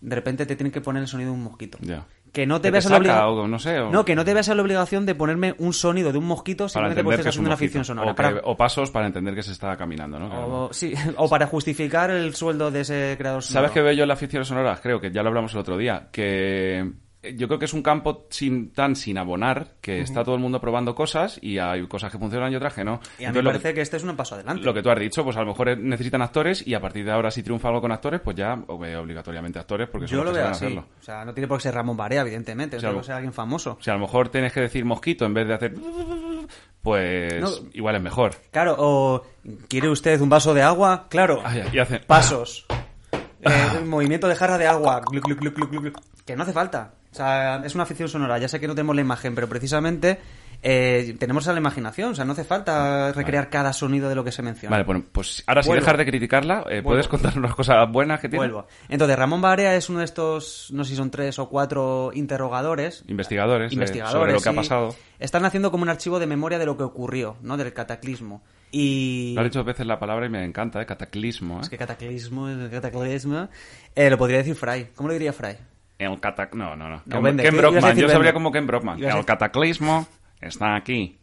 de repente te tienen que poner el sonido de un mosquito.
Ya.
Que no
Que
te
te
veas en la
saca
obliga-
o no sé, o-
que no te veas en la obligación de ponerme un sonido de un mosquito
Para
simplemente porque
entender que
estás
es un
haciendo una
mosquito.
ficción sonora. Oh,
O, que-
Para-
o pasos para entender que se está caminando, ¿no? Claro.
o, sí, o para justificar el sueldo de ese creador
¿Sabes
sonoro.
qué veo yo en las ficciones sonoras? Creo que ya lo hablamos el otro día. Que eh, yo creo que es un campo sin, tan sin abonar que está todo el mundo probando cosas y hay cosas que funcionan y otras que no.
Y a mí
Entonces,
me
lo
parece
que-
que... este es un paso adelante.
Lo que tú has dicho, pues a lo mejor eh, necesitan actores y a partir de ahora si triunfa algo con actores, pues ya ob- eh, obligatoriamente actores porque son
Yo
los
lo
que
veo
saben
así.
hacerlo.
O sea, no tiene por qué ser Ramón Barea, evidentemente.
O
no
sea,
tiene por
algo-
qué ser alguien famoso.
Si a lo mejor tienes que decir mosquito en vez de hacer... Pues
No.
igual es mejor.
Claro, o ¿quiere usted un vaso de agua? Claro.
Ay, ay, y hacen-
Pasos. Eh, movimiento de jarra de agua. Gluc, gluc, gluc, gluc, gluc. Que no hace falta. O sea, es una afición sonora. Ya sé que no tenemos la imagen, pero precisamente eh, tenemos a la imaginación. O sea, no hace falta recrear cada sonido de lo que se menciona.
Vale, bueno, pues ahora si
Vuelvo.
dejas de criticarla, eh, ¿puedes
Vuelvo.
contar unas cosas buenas que tiene?
Vuelvo. Entonces, Ramón Barea es uno de estos, no sé si son tres o cuatro interrogadores.
Investigadores, de-
Investigadores,
eh, sobre lo que ha
sí.
pasado.
Están haciendo como un archivo de memoria de lo que ocurrió, ¿no? Del cataclismo. Y...
Lo has dicho dos veces la palabra y me encanta, ¿eh? Cataclismo, ¿eh?
Es que cataclismo, es cataclismo. Eh, lo podría decir Fry. ¿Cómo lo diría Fry?
El catac... No, no, no.
No,
Ken-
vende.
Ken
Ibas a decir
Brockman. Yo
vende.
sabría como Ken Brockman.
Ibas a
El
decir-
cataclismo está aquí.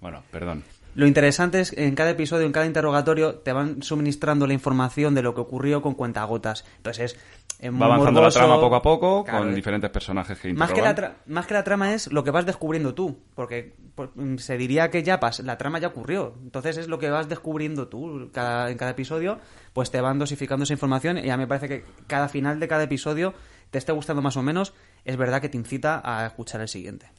Bueno, perdón.
Lo interesante es que en cada episodio, en cada interrogatorio, te van suministrando la información de lo que ocurrió con cuentagotas. Entonces es Es muy
Va avanzando
morboso.
la trama poco a poco
Claro,
con
es-
diferentes personajes que
Más que, la
interrogan.
tra- más que la trama es lo que vas descubriendo tú, porque por- mm, se diría que ya pas- la trama ya ocurrió, entonces es lo que vas descubriendo tú cada- en cada episodio, pues te van dosificando esa información y a mí me parece que cada final de cada episodio te esté gustando más o menos, es verdad que te incita a escuchar el siguiente.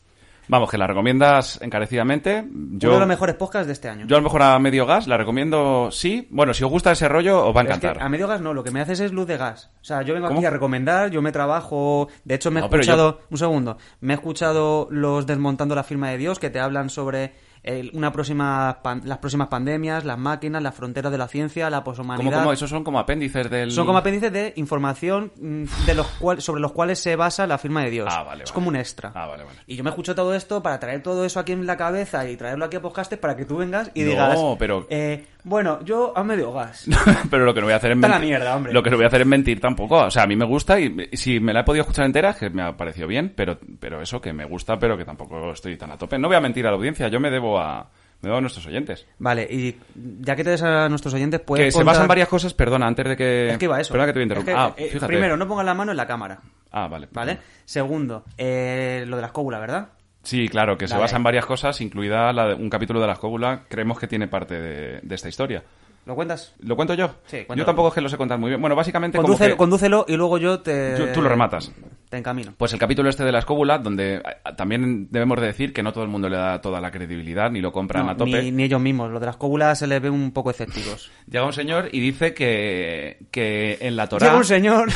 Vamos, que la recomiendas encarecidamente. Yo,
Uno de los mejores podcasts de este año.
yo a lo mejor a medio gas la recomiendo sí. Bueno, si os gusta ese rollo, os va a
Pero es que
encantar.
a medio gas no, lo que me haces es luz de gas. O sea, yo vengo
¿Cómo?
aquí a recomendar, yo me trabajo. De hecho, me he
No, pero
escuchado. Un segundo. Me he escuchado los Desmontando la firma de Dios que te hablan sobre el- una próxima pan- las próximas pandemias, las máquinas, las fronteras de la ciencia, la
Como,
poshumanidad.
como, esos son como apéndices del...
Son como apéndices de información mm, de los cual- sobre los cuales se basa la firma de Dios.
Ah, vale,
Es
vale.
como un extra.
Ah, vale, vale.
Y yo me escucho todo esto para traer todo eso aquí en la cabeza y traerlo aquí a podcastes para que tú vengas y
No,
digas.
pero-
eh, bueno, yo a medio gas.
Pero lo que no voy a hacer es
Está la
mentir.
mierda, hombre.
Lo que no voy a hacer es mentir tampoco. O sea, a mí me gusta y me- si me la he podido escuchar entera, es que me ha parecido bien, pero, pero eso que me gusta, pero que tampoco estoy tan a tope. No voy a mentir a la audiencia, yo me debo a, me debo a nuestros oyentes.
Vale, y ya que te des a nuestros oyentes, puedes.
Que se
contar-
basan varias cosas, perdona, antes de que.
Es que iba a eso.
Perdona que te voy a interrumpir.
Es que,
ah,
eh,
fíjate.
Primero, no pongas la mano en la cámara.
Ah, vale.
¿Vale? Segundo, eh, lo de las cóbulas, ¿verdad?
Sí, claro, que se
Vale.
basa en varias cosas, incluida la de- un capítulo de la escóbula, creemos que tiene parte de, de esta historia.
¿Lo cuentas?
¿Lo cuento yo?
Sí, cuéntalo.
Yo tampoco es que lo sé contar muy bien. Bueno, básicamente como
Conduce-
que-
Condúcelo y luego yo te.
Yo- tú lo rematas.
Te encamino.
Pues el capítulo este de la escóbula, donde eh, también debemos de decir que no todo el mundo le da toda la credibilidad ni lo compran
No,
a tope.
Ni, ni ellos mismos, lo de las cóbulas se les ve un poco escépticos.
Llega un señor y dice que, que en la Torá...
Llega un señor.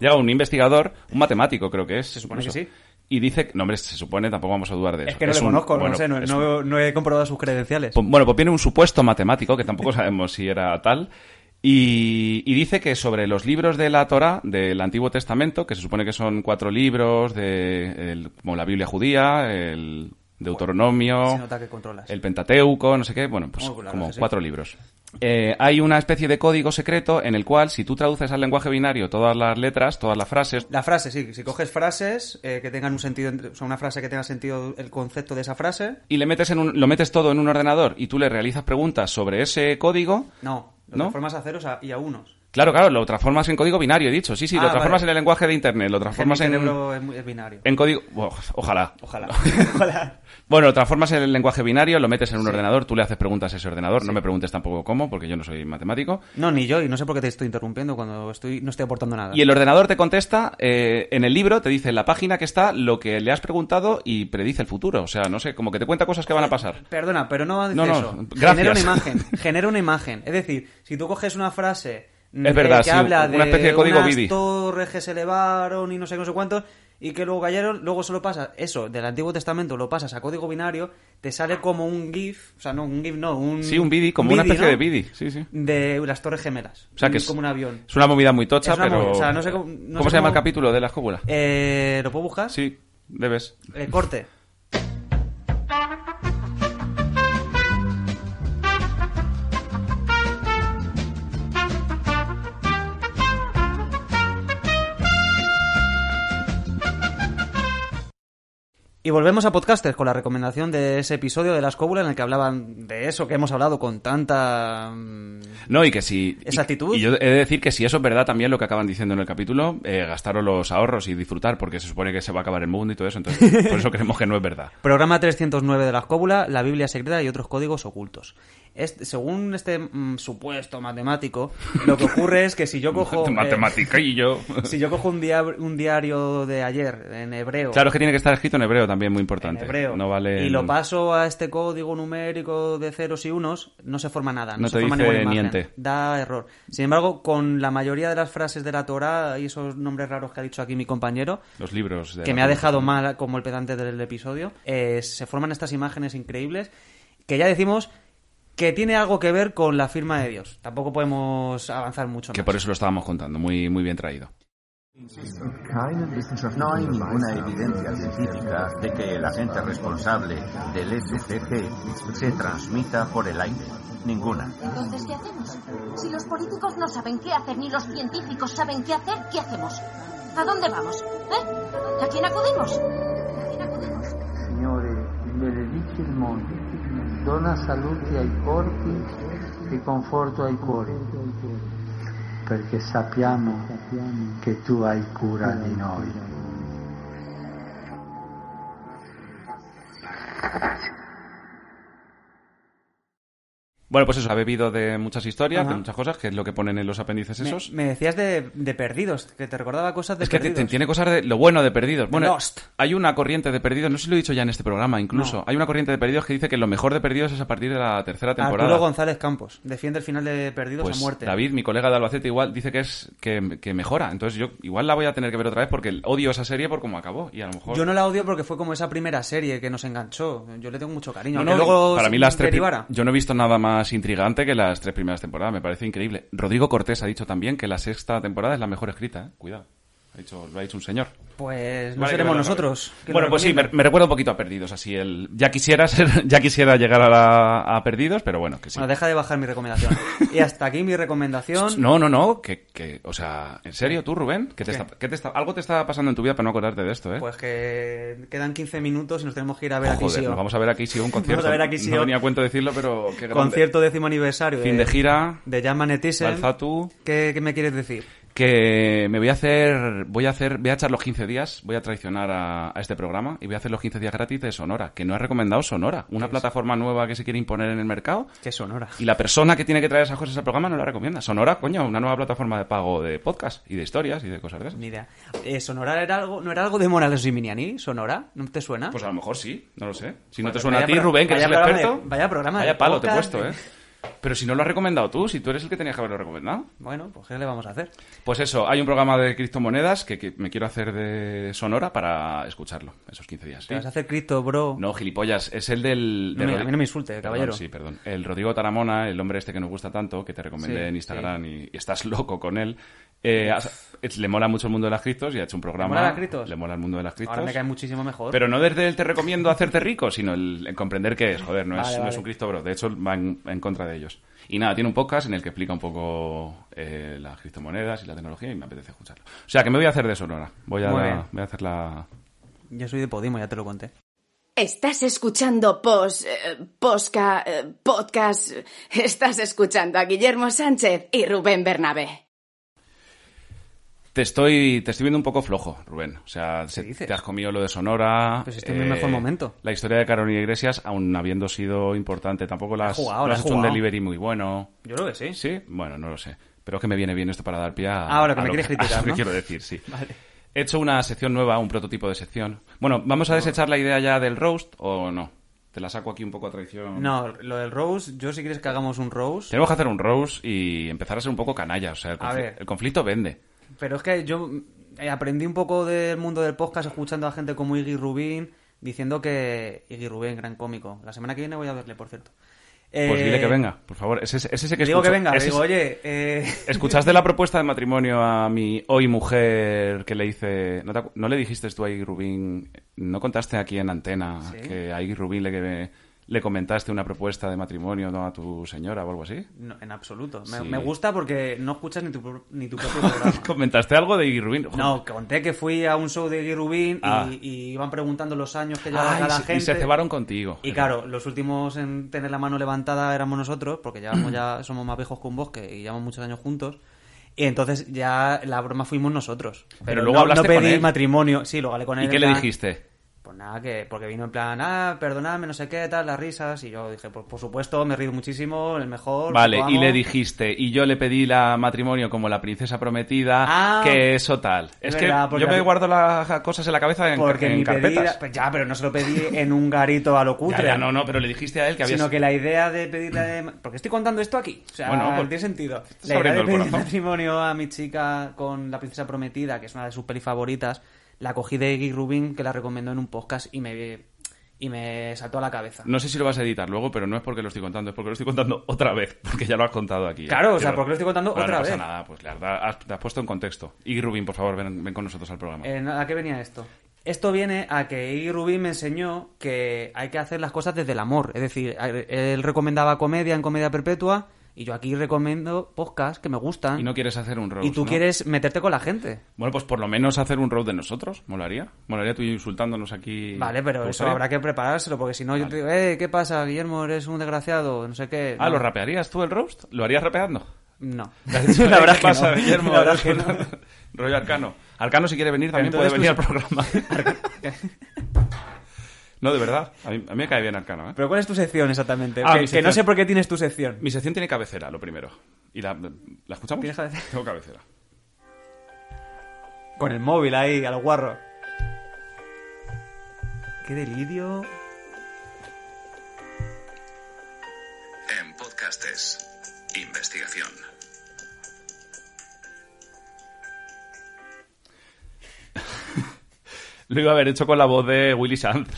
Llega un investigador, un matemático creo que es. Se
supone que sí.
Y dice... No, hombre, se supone, tampoco vamos a dudar de eso.
es que no le
un-
conozco,
bueno,
no sé, no,
es
no- no he comprobado sus credenciales.
Pues, Bueno, pues viene un supuesto matemático, que tampoco sabemos si era tal, y, y dice que sobre los libros de la Torá, del Antiguo Testamento, que se supone que son cuatro libros, de, el- como la Biblia judía, el
Se
Deuteronomio,
nota que controlas.
el Pentateuco, no sé qué, bueno, pues
Oh, claro
como
que sí.
cuatro libros. Eh, hay una especie de código secreto en el cual, si tú traduces al lenguaje binario todas las letras, todas las frases,
La frase, sí. Si coges frases eh, que tengan un sentido, entre- o sea, una frase que tenga sentido el concepto de esa frase.
y le metes en un- lo metes todo en un ordenador y tú le realizas preguntas sobre ese código,
No, lo
¿No?
transformas a ceros a- y a unos.
Claro, claro, lo transformas en código binario, he dicho. Sí, sí,
Ah,
lo transformas
vale.
en el lenguaje de Internet, lo transformas
Mi
en,
cerebro es, muy- es binario.
en código... Buah, ojalá.
Ojalá. Ojalá.
Bueno, lo transformas en el lenguaje binario, lo metes en un ordenador, tú le haces preguntas a ese ordenador, no me preguntes tampoco cómo, porque yo no soy matemático.
No, ni yo, y no sé por qué te estoy interrumpiendo cuando estoy, no estoy aportando nada.
Y el ordenador te contesta, eh, en el libro te dice en la página que está lo que le has preguntado y predice el futuro. O sea, no sé, como que te cuenta cosas que van a pasar.
Perdona, pero no dice
No, no,
eso. Genera una
gracias.
imagen. Genera una imagen. Es decir, si tú coges una frase mm,
Es verdad,
que
sí,
habla de
una especie de código
unas
Bidi.
torres que se elevaron y no sé, no sé cuántos, y que luego cayeron, luego solo pasa eso del Antiguo Testamento, lo pasas a código binario, te sale como un GIF, o sea, no, un GIF no, Mm, un.
Sí, un bidi, como una especie
¿no?
de bidi, sí, sí.
De las Torres Gemelas.
O sea, que
es como un avión.
Es una movida muy tocha,
Es una
pero...
movida, o sea, no sé cómo- no sé
se llama el
cómo-
capítulo de la escóbula?
Eh, ¿Lo puedo buscar?
Sí, debes.
Eh, corte. Y volvemos a podcasters con la recomendación de ese episodio de la escóbula en el que hablaban de eso que hemos hablado con tanta. mm,
No, y que si...
Esa
y-
actitud.
Y yo he de decir que si eso es verdad también lo que acaban diciendo en el capítulo, eh, gastaros los ahorros y disfrutar porque se supone que se va a acabar el mundo y todo eso, entonces por eso creemos que no es verdad.
Programa 309 de la Escóbula, la Biblia secreta y otros códigos ocultos. Este- según este mm, supuesto matemático, lo que ocurre es que si yo cojo. eh,
Matemática y yo...
si yo cojo un, dia- un diario de ayer en hebreo.
Claro es que tiene que estar escrito en hebreo también, muy
en
importante.
hebreo.
No vale...
Y lo paso a este código numérico de ceros y unos, no se forma nada. No,
No
se
te
forma
dice
ninguna imagen.
niente.
Da error. Sin embargo, con la mayoría de las frases de la Torah y esos nombres raros que ha dicho aquí mi compañero,
Los libros. de
que
la
me ha
Biblia.
dejado mal como el pedante del episodio. eh, se forman estas imágenes increíbles que ya decimos que tiene algo que ver con la firma de Dios. Tampoco podemos avanzar mucho.
Que
más.
por eso lo estábamos contando, muy, muy bien traído.
No hay ninguna evidencia científica de que el agente responsable del SCG se transmita por el aire. Ninguna.
Entonces, ¿qué hacemos? Si los políticos no saben qué hacer ni los científicos saben qué hacer, ¿qué hacemos? ¿A dónde vamos? ¿Eh? ¿A quién acudimos? ¿A quién acudimos?
Signore, benedici il mondo, dona salute ai corpi e conforto ai cuori, perché sappiamo che tu hai cura di noi.
Bueno, pues eso, ha bebido de muchas historias,
Ajá.
de muchas cosas, que es lo que ponen en los apéndices
Me-
esos.
Me, decías de, de perdidos, que te recordaba cosas de
Es que te-
perdidos.
te- tiene cosas de lo bueno de perdidos. Bueno,
Lost.
hay una corriente de perdidos, no sé si lo he dicho ya en este programa, incluso. Hay una corriente de perdidos que dice que lo mejor de perdidos es a partir de la tercera temporada.
Arturo González Campos defiende el final de Perdidos
pues
a muerte.
David, mi colega de Albacete, igual dice que es que, que mejora. Entonces yo igual la voy a tener que ver otra vez porque odio esa serie por cómo acabó. Y a lo mejor.
Yo no la odio porque fue como esa primera serie que nos enganchó. Yo le tengo mucho cariño.
No,
aunque
no,
luego
para mí las tres.
derivara.
pri- Yo no he visto nada más intrigante que las tres primeras temporadas. Me parece increíble. Rodrigo Cortés ha dicho también que la sexta temporada es la mejor escrita. ¿eh? Cuidado. Ha dicho, lo ha dicho un señor.
Pues no seremos
Vale, que perdón,
nosotros.
perdón.
que
Bueno,
lo
pues sí, me,
recomiendan.
me recuerda un poquito a Perdidos, así el... Ya quisiera, ser- ya quisiera llegar a, la- a Perdidos, pero bueno, que sí.
Bueno, deja de bajar mi recomendación. y hasta aquí mi recomendación.
No, no, no, que, que- o sea, ¿en serio tú, Rubén? ¿Qué te
¿Qué?
está- qué te está- algo te está pasando en tu vida para no acordarte de esto, ¿eh? Oh,
Pues que quedan 15 minutos y nos tenemos que ir a ver aquí.
Joder, nos vamos a ver aquí si un concierto.
Vamos a ver a Kisio.
No tenía cuenta decirlo, pero qué grande.
Concierto décimo aniversario.
Fin de gira.
De Jan Manetisen.
Balzatu.
¿Qué, ¿Qué me quieres decir?
Que me voy a hacer, voy a hacer, voy a echar los 15 días, voy a traicionar a, a este programa y voy a hacer los 15 días gratis de Sonora, que no he recomendado Sonora, una plataforma nueva que se quiere imponer en el mercado
Qué sonora.
Y la persona que tiene que traer esas cosas al programa no la recomienda. Sonora, coño, una nueva plataforma de pago de podcast y de historias y de cosas de esas.
Ni idea. Eh, ¿Sonora era algo, no era algo de Morales y Miniani? ¿Sonora? ¿No te suena?
Pues a lo mejor sí, no lo sé. Si no
Bueno,
te suena a
vaya
ti,
pro-
Rubén, que
vaya
eres el
programa
experto.
de- vaya programa de
Vaya palo te he
podcast.
puesto, ¿eh? Pero si no lo has recomendado tú, si tú eres el que tenías que haberlo recomendado.
Bueno, pues ¿qué le vamos a hacer?
Pues eso, hay un programa de criptomonedas que, que me quiero hacer de Sonora para escucharlo esos 15 días. ¿sí?
Te vas a hacer cripto, bro.
No, gilipollas, es el del...
No
del
me-
Rodri-
a mí no me insulte,
Perdón,
caballero.
Sí, perdón. El Rodrigo Taramona, el hombre este que nos gusta tanto, que te recomendé
Sí,
en Instagram y, y estás loco con él. eh, has- es- le mola mucho el mundo de las criptos y ha hecho un programa...
mola las criptos?
Le mola el mundo de las criptos.
Ahora me cae muchísimo mejor.
Pero no desde el te recomiendo hacerte rico, sino el, el comprender qué es, joder, no, es,
Vale,
no
vale.
es un Cristo bro. De hecho, va en, en contra de ellos. Y nada, tiene un podcast en el que explica un poco eh, las criptomonedas y la tecnología y me apetece escucharlo. O sea, que me voy a hacer de Sonora. Voy a,
Muy bien.
voy a hacer la...
Yo soy de Podimo, ya te lo conté.
Estás escuchando pos, eh, posca, eh, podcast. Estás escuchando a Guillermo Sánchez y Rubén Bernabé.
Te estoy, te estoy viendo un poco flojo, Rubén. O sea, se-
dices?
te has comido lo de Sonora. eh,
Pues este es mi mejor momento.
La historia de Carolina Iglesias, aún habiendo sido importante, tampoco la has,
jugado,
no
la
has
he
hecho un
jugado.
delivery muy bueno.
Yo creo que sí.
Sí, bueno, no lo sé. Pero es que me viene bien esto para dar pie a.
Ah, lo que
a
me quieres criticar,
a lo que
¿no?
quiero decir, sí.
Vale.
He hecho una sección nueva, un prototipo de sección. Bueno, ¿vamos a desechar la idea ya del roast o no? Te la saco aquí un poco a traición.
No, lo del Rose, yo si quieres que hagamos un Rose.
Tenemos que hacer un roast y empezar a ser un poco canalla. O sea, el,
A
confli-
ver.
el conflicto vende.
Pero es que yo eh, aprendí un poco del mundo del podcast escuchando a gente como Iggy Rubin diciendo que Iggy Rubin, gran cómico. La semana que viene voy a verle, por cierto.
Pues
Eh,
dile que venga, por favor. Es ese, es ese que
digo que
escucho-
venga,
es
digo,
ese-
oye, eh,
¿Escuchaste la propuesta de matrimonio a mi hoy mujer que le hice... ¿No, te acu- no le dijiste tú a Iggy Rubín, no contaste aquí en antena
Sí.
que a Iggy Rubín le, le comentaste una propuesta de matrimonio ¿no? a tu señora o algo así?
no, en absoluto. Me,
Sí.
me gusta porque no escuchas ni tu, pro- ni tu propio programa.
¿Comentaste algo de Iggy Rubín?
No, conté que fui a un show de Iggy Rubin y-
Ah.
y, iban preguntando los años que llevaba
Ay,
cada
se-
gente.
y se cebaron contigo.
Y claro, los últimos en tener la mano levantada éramos nosotros, porque llevamos ya somos más viejos que un bosque y llevamos muchos años juntos. Y entonces ya la broma fuimos nosotros. Pero,
luego
no,
hablaste
no pedí
con él.
matrimonio. Sí, lo hablé con él.
¿Y
en
qué le
plan-
dijiste?
Pues nada, que porque vino en plan, ah, perdonadme, no sé qué, tal, las risas. Y yo dije, pues por supuesto, me río muchísimo, el mejor.
Vale,
lo
y le
amo.
dijiste, y yo le pedí la matrimonio como la princesa prometida,
Ah.
que eso tal.
Es
Es,
verdad,
que
porque
yo me
la-
guardo las cosas en la cabeza en,
Porque
en
mi
carpetas.
pedida. pues ya, pero no se lo pedí en un garito a lo
Ya,
cutre.
ya, no, no, pero le dijiste a él que había
Sino que la idea de pedirle. de- Porque estoy contando esto aquí. O sea,
Bueno, pues,
tiene sentido.
estás
La idea
abriendo
de
el
pedir
corazón.
matrimonio a mi chica con La Princesa Prometida, que es una de sus pelis favoritas, la cogí de Iggy Rubin, que la recomendó en un podcast y me, y me saltó a la cabeza.
No sé si lo vas a editar luego, pero no es porque lo estoy contando, es porque lo estoy contando otra vez, porque ya lo has contado aquí.
Claro, o sea,
Pero-
porque lo estoy contando
Bueno,
otra
no pasa
vez.
nada, pues la verdad, has, te has puesto en contexto. Y Rubín, por favor, ven, ven con nosotros al programa.
Eh, ¿A qué venía esto? Esto viene a que Iggy Rubin me enseñó que hay que hacer las cosas desde el amor. Es decir, a- él recomendaba comedia en Comedia Perpetua y yo aquí recomiendo podcasts que me gustan.
y no quieres hacer un road.
y tú quieres meterte con la gente.
Bueno, pues por lo menos hacer un road de nosotros, molaría. Molaría tú insultándonos aquí.
Vale, pero eso
¿Te gustaría?
habrá que preparárselo, porque si no, yo te digo, eh, ¿qué pasa, Guillermo? Eres un desgraciado, no sé qué.
Ah,
No.
¿lo rapearías tú el roast? ¿Lo harías rapeando?
No.
La verdad
verdad
que
que
pasa,
no.
Guillermo.
La verdad
Ahora es
que
un- Rollo Arcano. Arcano, si quiere venir, también
Entonces,
puede venir al
pues-
programa. no, de verdad. A mí, a mí me cae bien Arcano, ¿eh?
Pero ¿cuál es tu sección exactamente?
Ah,
que,
mi
que no
sección.
sé por qué tienes tu sección.
Mi sección tiene cabecera, lo primero. ¿Y la, la escuchamos?
¿Tienes cabecera?
Tengo cabecera.
Con el móvil ahí, al guarro. Qué delirio.
En podcastes. Investigación.
Lo iba a haber hecho con la voz de Willy Sand.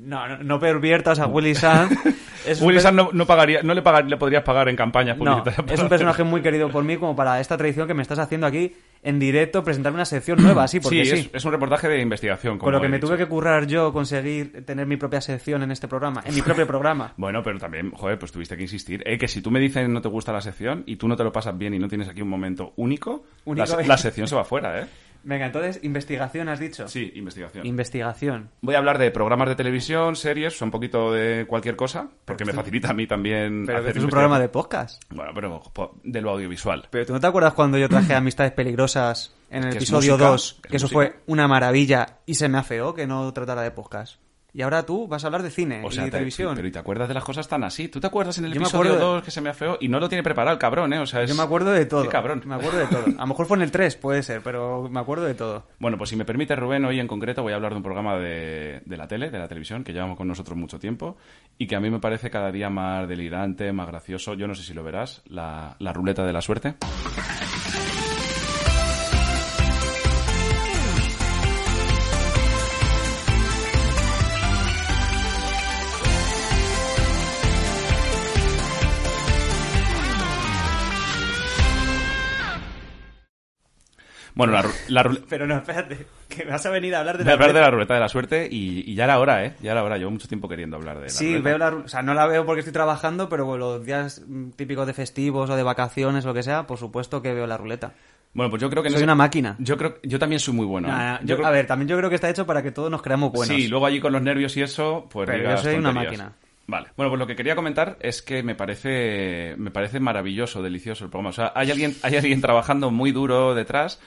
No, no, no perviertas a Willy Sand. Es un
Willy
per-
Sand no, no pagaría, no le, pagar- le podrías pagar en campañas
No,
publicitarias. para
es un
hacer-
personaje muy querido por mí como para esta tradición que me estás haciendo aquí en directo presentar una sección nueva, así porque sí.
es, es un reportaje de investigación.
Con lo que me
tuve
tuve que currar yo conseguir tener mi propia sección en este programa, en mi propio programa.
Bueno, pero también, joder, pues tuviste que insistir. Eh, que si tú me dices no te gusta la sección y tú no te lo pasas bien y no tienes aquí un momento único,
Único,
la, se-
eh.
la sección se va fuera, ¿eh?
Venga, entonces, investigación has dicho.
Sí, investigación.
Investigación.
Voy a hablar de programas de televisión, series, un poquito de cualquier cosa, porque me
esto-
facilita a mí también
Pero
hacer
que es un
investigación.
programa de podcast.
Bueno, pero po- de lo audiovisual.
Pero tú no te acuerdas cuando yo traje Amistades Peligrosas en el
Que es
episodio
música,
2,
que es
que eso
música.
fue una maravilla y se me afeó que no tratara de podcast. Y ahora tú vas a hablar de cine
O sea,
y de
te-
televisión.
Pero ¿y te acuerdas de las cosas tan así? ¿Tú te acuerdas en el
Yo me
episodio
acuerdo de-
2 que se me afeó? Y no lo tiene preparado el cabrón, ¿eh? O sea, es...
Yo me acuerdo de todo.
Qué cabrón.
Me acuerdo de todo. A lo mejor fue en el 3, puede ser, pero me acuerdo de todo.
Bueno, pues si me permite, Rubén, hoy en concreto voy a hablar de un programa de, de la tele, de la televisión, que llevamos con nosotros mucho tiempo y que a mí me parece cada día más delirante, más gracioso. Yo no sé si lo verás, la, la ruleta de la suerte. Bueno, la, ru- la ruleta.
Pero no, espérate, que vas a venir a hablar de
Voy a
la
hablar de
ruleta.
la ruleta de la suerte y, y ya era hora, ¿eh? Ya era hora. Llevo mucho tiempo queriendo hablar de la
Sí,
ruleta.
veo la ru- O sea, no la veo porque estoy trabajando, pero bueno, los días mm, típicos de festivos o de vacaciones, lo que sea, por supuesto que veo la ruleta.
Bueno, pues yo creo que... en
Soy
ese-
una máquina.
Yo creo yo también soy muy bueno. ¿eh?
Nah, nah,
Yo
yo-
creo-
A ver, también yo creo que está hecho para que todos nos creamos buenos.
Sí, luego allí con los nervios y eso, pues
Pero
digas
yo soy una
tonterías.
máquina.
Vale. Bueno, pues lo que quería comentar es que me parece me parece maravilloso, delicioso el programa. O sea, hay alguien hay alguien trabajando muy duro detrás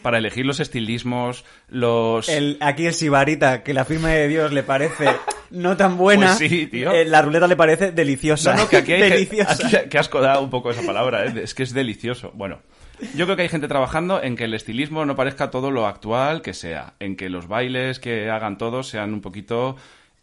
para elegir los estilismos, los
El- aquí el sibarita, que la firma de Dios le parece no tan buena,
Pues sí, tío.
eh, la ruleta le parece deliciosa.
No, no, que aquí hay gente-
deliciosa.
aquí- que asco da un poco esa palabra, ¿eh? es que es delicioso. Bueno, yo creo que hay gente trabajando en que el estilismo no parezca todo lo actual que sea, en que los bailes que hagan todos sean un poquito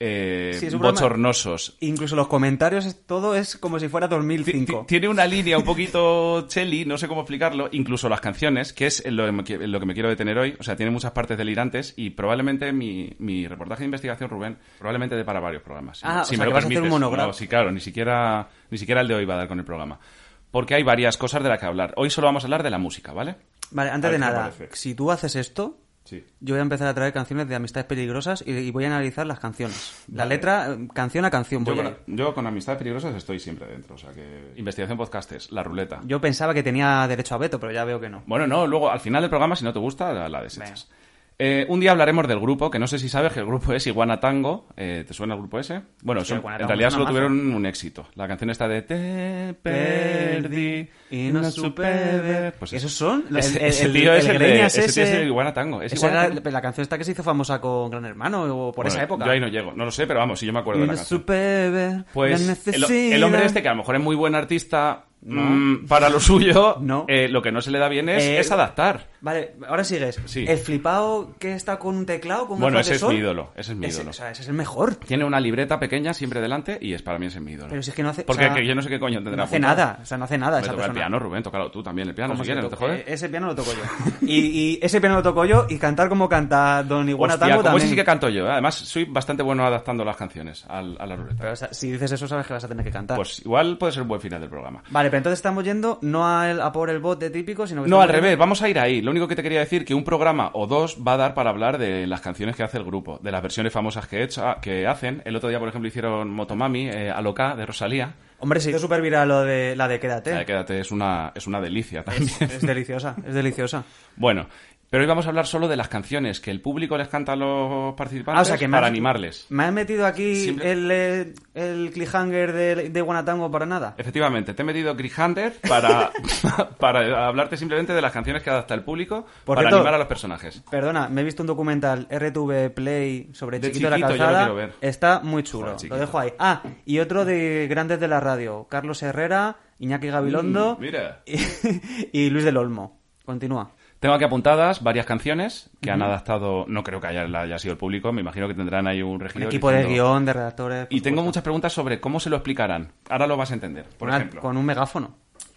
eh,
Sí, es un programa-
bochornosos.
Incluso los comentarios, es- todo es como si fuera
Ti-
2005.
ti- Tiene una línea un poquito cheli, no sé cómo explicarlo, incluso las canciones, que es en lo, que me qui- en lo que me quiero detener hoy. O sea, tiene muchas partes delirantes y probablemente mi, mi reportaje de investigación, Rubén, probablemente dé para varios programas. Si-
Ah, o
si
sea,
me
que
lo
vas a hacer un
permites.
monográfico.
No, sí, claro, ni siquiera, ni siquiera el de hoy va a dar con el programa. Porque hay varias cosas de las que hablar. Hoy solo vamos a hablar de la música, ¿vale?
Vale,
A
antes
ver
de
qué te
nada,
parece.
si tú haces esto,
Sí.
yo voy a empezar a traer canciones de amistades peligrosas y, y voy a analizar las canciones. La
Vale.
letra, eh, canción a canción.
Yo
Voy a
con,
ir.
yo con amistades peligrosas estoy siempre dentro. O sea que. Investigación podcastes, la ruleta.
Yo pensaba que tenía derecho a veto, pero ya veo que no.
Bueno, no, luego al final del programa, si no te gusta, la, la desechas. Eh, un día hablaremos del grupo, que no sé si sabes que el grupo es Iguana Tango. Eh, ¿Te suena el grupo ese? Bueno,
Hostia,
son-
Iguana
en
Tango
realidad
es una
solo
maza.
tuvieron un éxito. La canción está de Te perdí
y no supe ver. Pues ¿Esos son? El-
Pues Ese,
el-
ese
el-
tío
el
es el, de,
Greñas
ese tío es
ese-
el Iguana Tango. Es
Esa
Iguana
era
Tango.
la canción esta que se hizo famosa con Gran Hermano o por
Bueno,
esa época.
Yo ahí no llego. No lo sé, pero vamos, si yo me
Y
acuerdo de la
no
canción.
supe ver la
Pues el,
necesidad.
el hombre este, que a lo mejor es muy buen artista mm, para lo suyo,
No.
eh, lo que no se le da bien es,
Eh,
es adaptar.
Vale, ahora sigues.
Sí.
El flipado que está con un teclado, con un
Bueno,
faz de
ese es
sol,
mi ídolo, ese es mi ídolo.
o sea, ese es el mejor.
Tiene una libreta pequeña siempre delante y es para mí ese es mi ídolo.
Pero si es que no hace-
Porque
o sea,
que yo no sé qué coño tendrá
No hace
apuntado.
nada, o sea, no hace nada
Hombre,
esa
toca el
persona.
piano, Rubén, tócalo tú también el piano,
Como
si
si
quieres,
lo
Ah, no te
toque- eh,
jodes.
Ese piano lo toco yo. Y, y ese piano lo toco yo y cantar como canta Don Iguana
Hostia,
Tango
como
también.
ese sí que canto yo. ¿eh? Además, soy bastante bueno adaptando las canciones al- a, la ruleta.
Pero, o sea, si dices eso sabes que vas a tener que cantar.
Pues igual puede ser un buen final del programa.
Vale, pero entonces estamos yendo no a, el- a por el bote típico, sino que
No,
estamos
al revés,
yendo-
vamos a ir ahí. Lo único que te quería decir que un programa o dos va a dar para hablar de las canciones que hace el grupo, de las versiones famosas que, he hecho- ah, que hacen. El otro día, por ejemplo, hicieron Motomami, eh, Aloca, de Rosalía. Eh,
Hombre, se hizo súper viral lo de la de
La
quédate.
de Quédate es una, es una delicia también.
Es deliciosa, es deliciosa.
Bueno, Pero hoy vamos a hablar solo de las canciones que el público les canta a los participantes
Ah, o sea, que me
para
has-
animarles.
Me has metido aquí
Simple-
el, eh, el cliffhanger de, de Guanatango para nada.
Efectivamente, te he metido Chris Hunter para, para hablarte simplemente de las canciones que adapta el público
Por
para
cierto,
animar a los personajes.
Perdona, me he visto un documental RTV Play sobre
De
Chiquito de la
chiquito, yo lo
Calzada.
quiero ver.
Está muy chulo,
Joder, Chiquito.
lo dejo ahí. Ah, y otro de grandes de la radio, Carlos Herrera, Iñaki Gabilondo
Mm, mira.
y, y Luis del Olmo. Continúa.
Tengo aquí apuntadas varias canciones que han adaptado, no creo que haya, la haya sido el público, me imagino que tendrán ahí un
Un
regidor.
equipo de
diciendo-
guión, de redactores.
Y tengo muchas preguntas sobre cómo se lo explicarán. Ahora lo vas a entender. Por
Una-
ejemplo.
Con un megáfono.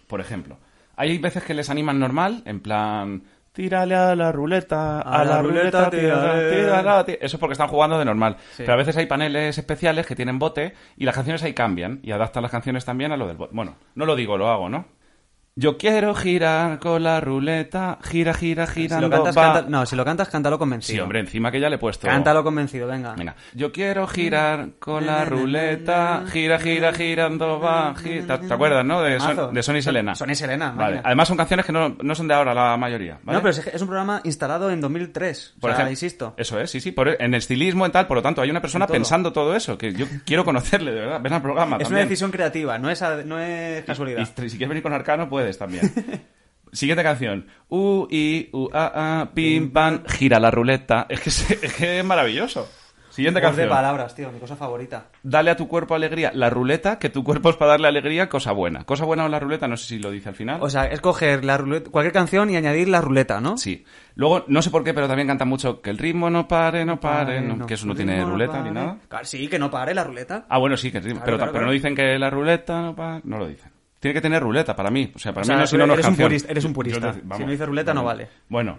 Por ejemplo. Hay veces que les animan normal, en plan. Tírale a la ruleta, a, la, ruleta, tírale, tírale, a ti-". Eso es porque están jugando de normal.
eh". Sí.
Pero a veces hay paneles especiales que tienen bote y las canciones ahí cambian y adaptan las canciones también a lo del bote. Bueno, no lo digo, lo hago, ¿no? Yo quiero girar con la ruleta, gira, gira,
Si
girando.
lo cantas,
va.
canta- No, si lo cantas, cántalo
Sí,
convencido.
hombre, encima que ya le he puesto.
Cántalo convencido, venga.
Venga. Yo
Mm.
quiero girar con la ruleta, gira, gira, girando va. gi- ¿Te te acuerdas, no? De, Son-
Mazo.
de Son y Selena.
Son y Selena,
Vale.
máquina.
Además son canciones que no, no son de ahora la mayoría. ¿vale?
No, pero es, es un programa instalado en 2003. O
Por
sea,
ejemplo-
insisto.
Eso es, sí, sí. por- e, en el estilismo y tal, por lo tanto, hay una persona
En todo.
pensando todo eso, que yo quiero conocerle, de verdad. Ven al programa
Es una
también.
decisión creativa, no es, a- no es casualidad.
Y si quieres venir con Arcano, puedes también. Siguiente canción. U, I, U, A, A, pim, pam, gira la ruleta. Es que es, es que es maravilloso. Siguiente
Voz
canción.
de palabras, tío, mi cosa favorita.
Dale a tu cuerpo alegría. La ruleta, que tu cuerpo es para darle alegría, cosa buena. Cosa buena o la ruleta, no sé si lo dice al final.
O sea, es coger la ruleta, cualquier canción y añadir la ruleta, ¿no?
Sí. Luego, no sé por qué, pero también canta mucho que el ritmo no pare, no pare,
Pare,
no-
no.
que eso no
El
tiene
ritmo no
ruleta ni
pare.
nada.
Claro, sí, que no pare la ruleta.
Ah, bueno, sí, que el ritmo.
Claro,
pero,
claro,
pero no
claro.
dicen que la ruleta no pare, no lo dicen. Tiene que tener ruleta para mí. O sea, para
O sea,
mí no,
tú
si no, no es
eres un
canción.
purista- eres un
Yo- yo
purista.
te- vamos.
Si no dice ruleta, no vale.
Bueno,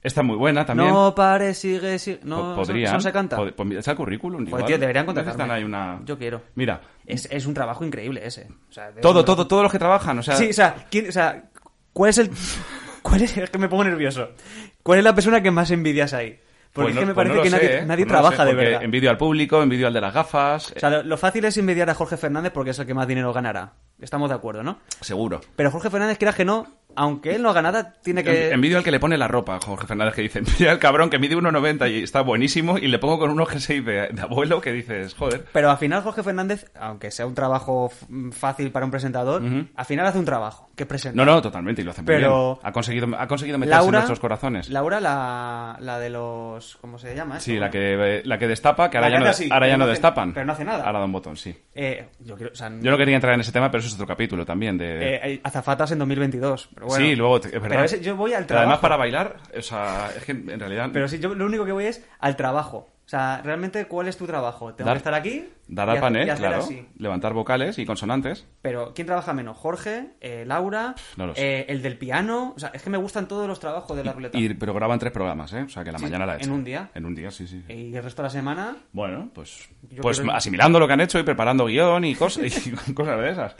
está muy buena también.
No pare, sigue, sigue.
Po-
No,
podrían.
eso no se canta.
Pod- Pues mira, está el currículum.
Pues,
igual.
tío, deberían
Necesitan
contratarme.
ahí una...
Yo quiero.
Mira,
Es, es un trabajo increíble ese. O sea, de-
todo, todo, todos los que trabajan, o sea...
Sí, o sea, ¿quién- o sea, ¿cuál es el. ¿Cuál es el que me pongo nervioso? ¿Cuál es la persona que más envidias ahí? Porque
Pues
es que
no-
me
pues
parece
no lo
que nadie,
sé, ¿eh?
nadie
Pues no lo
trabaja
sé,
de
porque
verdad.
Envidio al público, envidio al de las gafas,
O sea, lo, lo fácil es envidiar a Jorge Fernández porque es el que más dinero ganará. Estamos de acuerdo, ¿no?
eh, seguro.
Pero Jorge Fernández, quieras que no, aunque él no haga nada, tiene que.
Envi- Envidio al que le pone la ropa, Jorge Fernández, que dice, mira el cabrón que mide 1,90 y está buenísimo y le pongo con unos G6 de, de abuelo que dices, joder.
Pero al final Jorge Fernández, aunque sea un trabajo f- fácil para un presentador,
Ujú.
al final hace un trabajo que presenta.
No, no, totalmente, y lo hacen muy
Pero-
bien. Ha conseguido, ha conseguido meterse en
Laura,
nuestros corazones.
Laura, la, la de los. ¿Cómo se llama? esto?
Sí, la que, la que destapa, que ahora
La
ya
que
no,
hace así,
ahora
pero
ya
no
no
hace-
destapan.
pero no hace nada.
Ahora da un botón, sí.
Eh, yo quiero. O sea,
Yo no quería entrar en ese tema, pero eso es otro capítulo también. De...
eh, hay azafatas en 2022. Pero bueno.
sí, luego, es verdad.
Pero ese- yo voy al
Pero Además,
trabajo.
para bailar, o sea, es que en realidad.
Pero sí, yo lo único que voy es al trabajo. O sea, realmente, ¿cuál es tu trabajo? Tengo
Dar-
que estar aquí.
Dar
y
al
hacer-
panel,
y hacer
claro.
así.
Levantar vocales y consonantes.
Pero, ¿quién trabaja menos? ¿Jorge? Eh, ¿Laura?
no lo sé.
eh, ¿El del piano? O sea, es que me gustan todos los trabajos de la ruleta.
Y, pero graban tres programas, ¿eh? O sea, que la
Sí,
mañana la
en
echan.
un día.
En un día, sí, sí. sí.
Y el resto de la semana.
Bueno, pues,
Yo
pues
creo que-
asimilando lo que han hecho y preparando guión y, cosas y cosas de esas.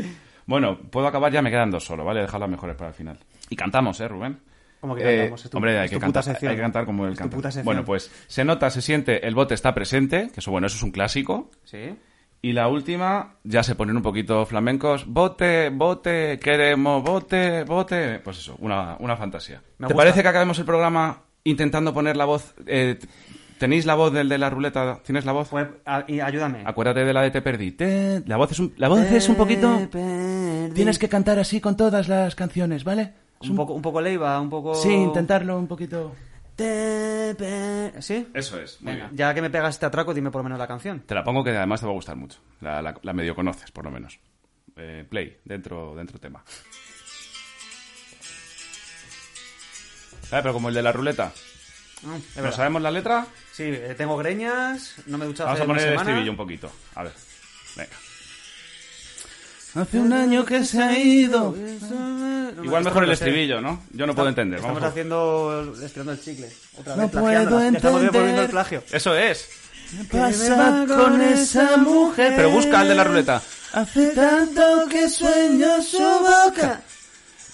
Bueno, puedo acabar ya, me quedan dos solo, ¿vale? Dejar las mejores para el final. Y cantamos, ¿eh, Rubén?
¿Cómo que cantamos?
Eh,
Es tu-
hombre, hay,
es
que
tu puta
cantar,
sección.
hay que cantar como él
Es tu
canta.
puta sección.
Bueno, pues se nota, se siente, el bote está presente, que eso, bueno, eso es un clásico.
Sí.
Y la última, ya se ponen un poquito flamencos. Bote, bote, queremos bote, bote. Pues eso, una, una fantasía.
Me
¿Te
gusta.
parece que acabemos el programa intentando poner la voz? eh, t- ¿Tenéis la voz del de la ruleta? ¿Tienes la voz?
Pues, a- y ayúdame.
Acuérdate de la de Te Perdí. Te- La voz es un, la voz es un poquito... Tienes que cantar así con todas las canciones, ¿vale? Es
Un poco, un poco Leiva, un poco.
Sí, intentarlo un poquito.
Te- pe- ¿Sí?
Eso es, Eh, muy
Venga,
bien.
ya que me pegas este atraco, dime por lo menos la canción.
Te la pongo que además te va a gustar mucho. La, la- la medio conoces, por lo menos. Eh, play, dentro, dentro tema. Ah, pero como el de la ruleta.
Mm, es
¿No
verdad.
sabemos la letra?
Sí, eh, tengo greñas, no me he duchado
Vamos
hace
a
una
poner el
semana.
estribillo un poquito. A ver. Venga. Hace un año que se ha ido.
No,
Igual
esto
mejor
no
el
lo sé.
estribillo, ¿no? Yo no puedo entender.
Estamos
Vamos a-
haciendo estirando el chicle. Otra
No
vez plagiando.
puedo
la- Estamos
entender.
devolviendo el plagio.
Eso es.
pasa con esa mujer?
Pero busca el de la ruleta.
Hace tanto que sueño su boca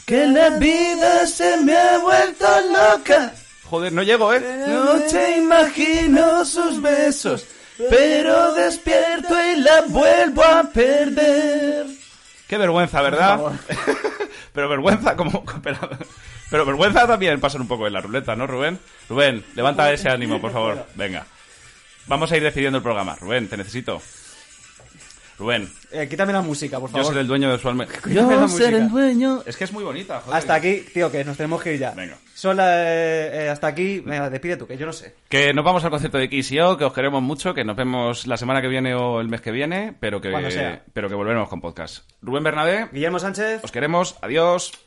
que la vida se me ha vuelto loca.
Joder, no llego, ¿eh?
No te imagino sus besos, pero despierto y la vuelvo a perder.
Qué vergüenza, ¿verdad? pero vergüenza como... Pero, pero vergüenza también pasar un poco en la ruleta, ¿no, Rubén? Rubén, levanta ese ánimo, por favor. Venga. Vamos a ir decidiendo el programa. Rubén, te necesito. Rubén,
Eh, quítame la música, por
yo
favor.
soy el dueño de su alma.
Quítame la música.
dueño. Es que es muy bonita, joder.
Hasta aquí, tío, que nos tenemos que ir ya.
Venga.
Son las, eh, eh, hasta aquí, venga, despide tú, que yo no sé.
Que nos vamos al concierto de XIO, que os queremos mucho, que nos vemos la semana que viene o el mes que viene, pero que,
Cuando sea.
pero que volveremos con podcast. Rubén Bernabé,
Guillermo Sánchez.
os queremos, adiós.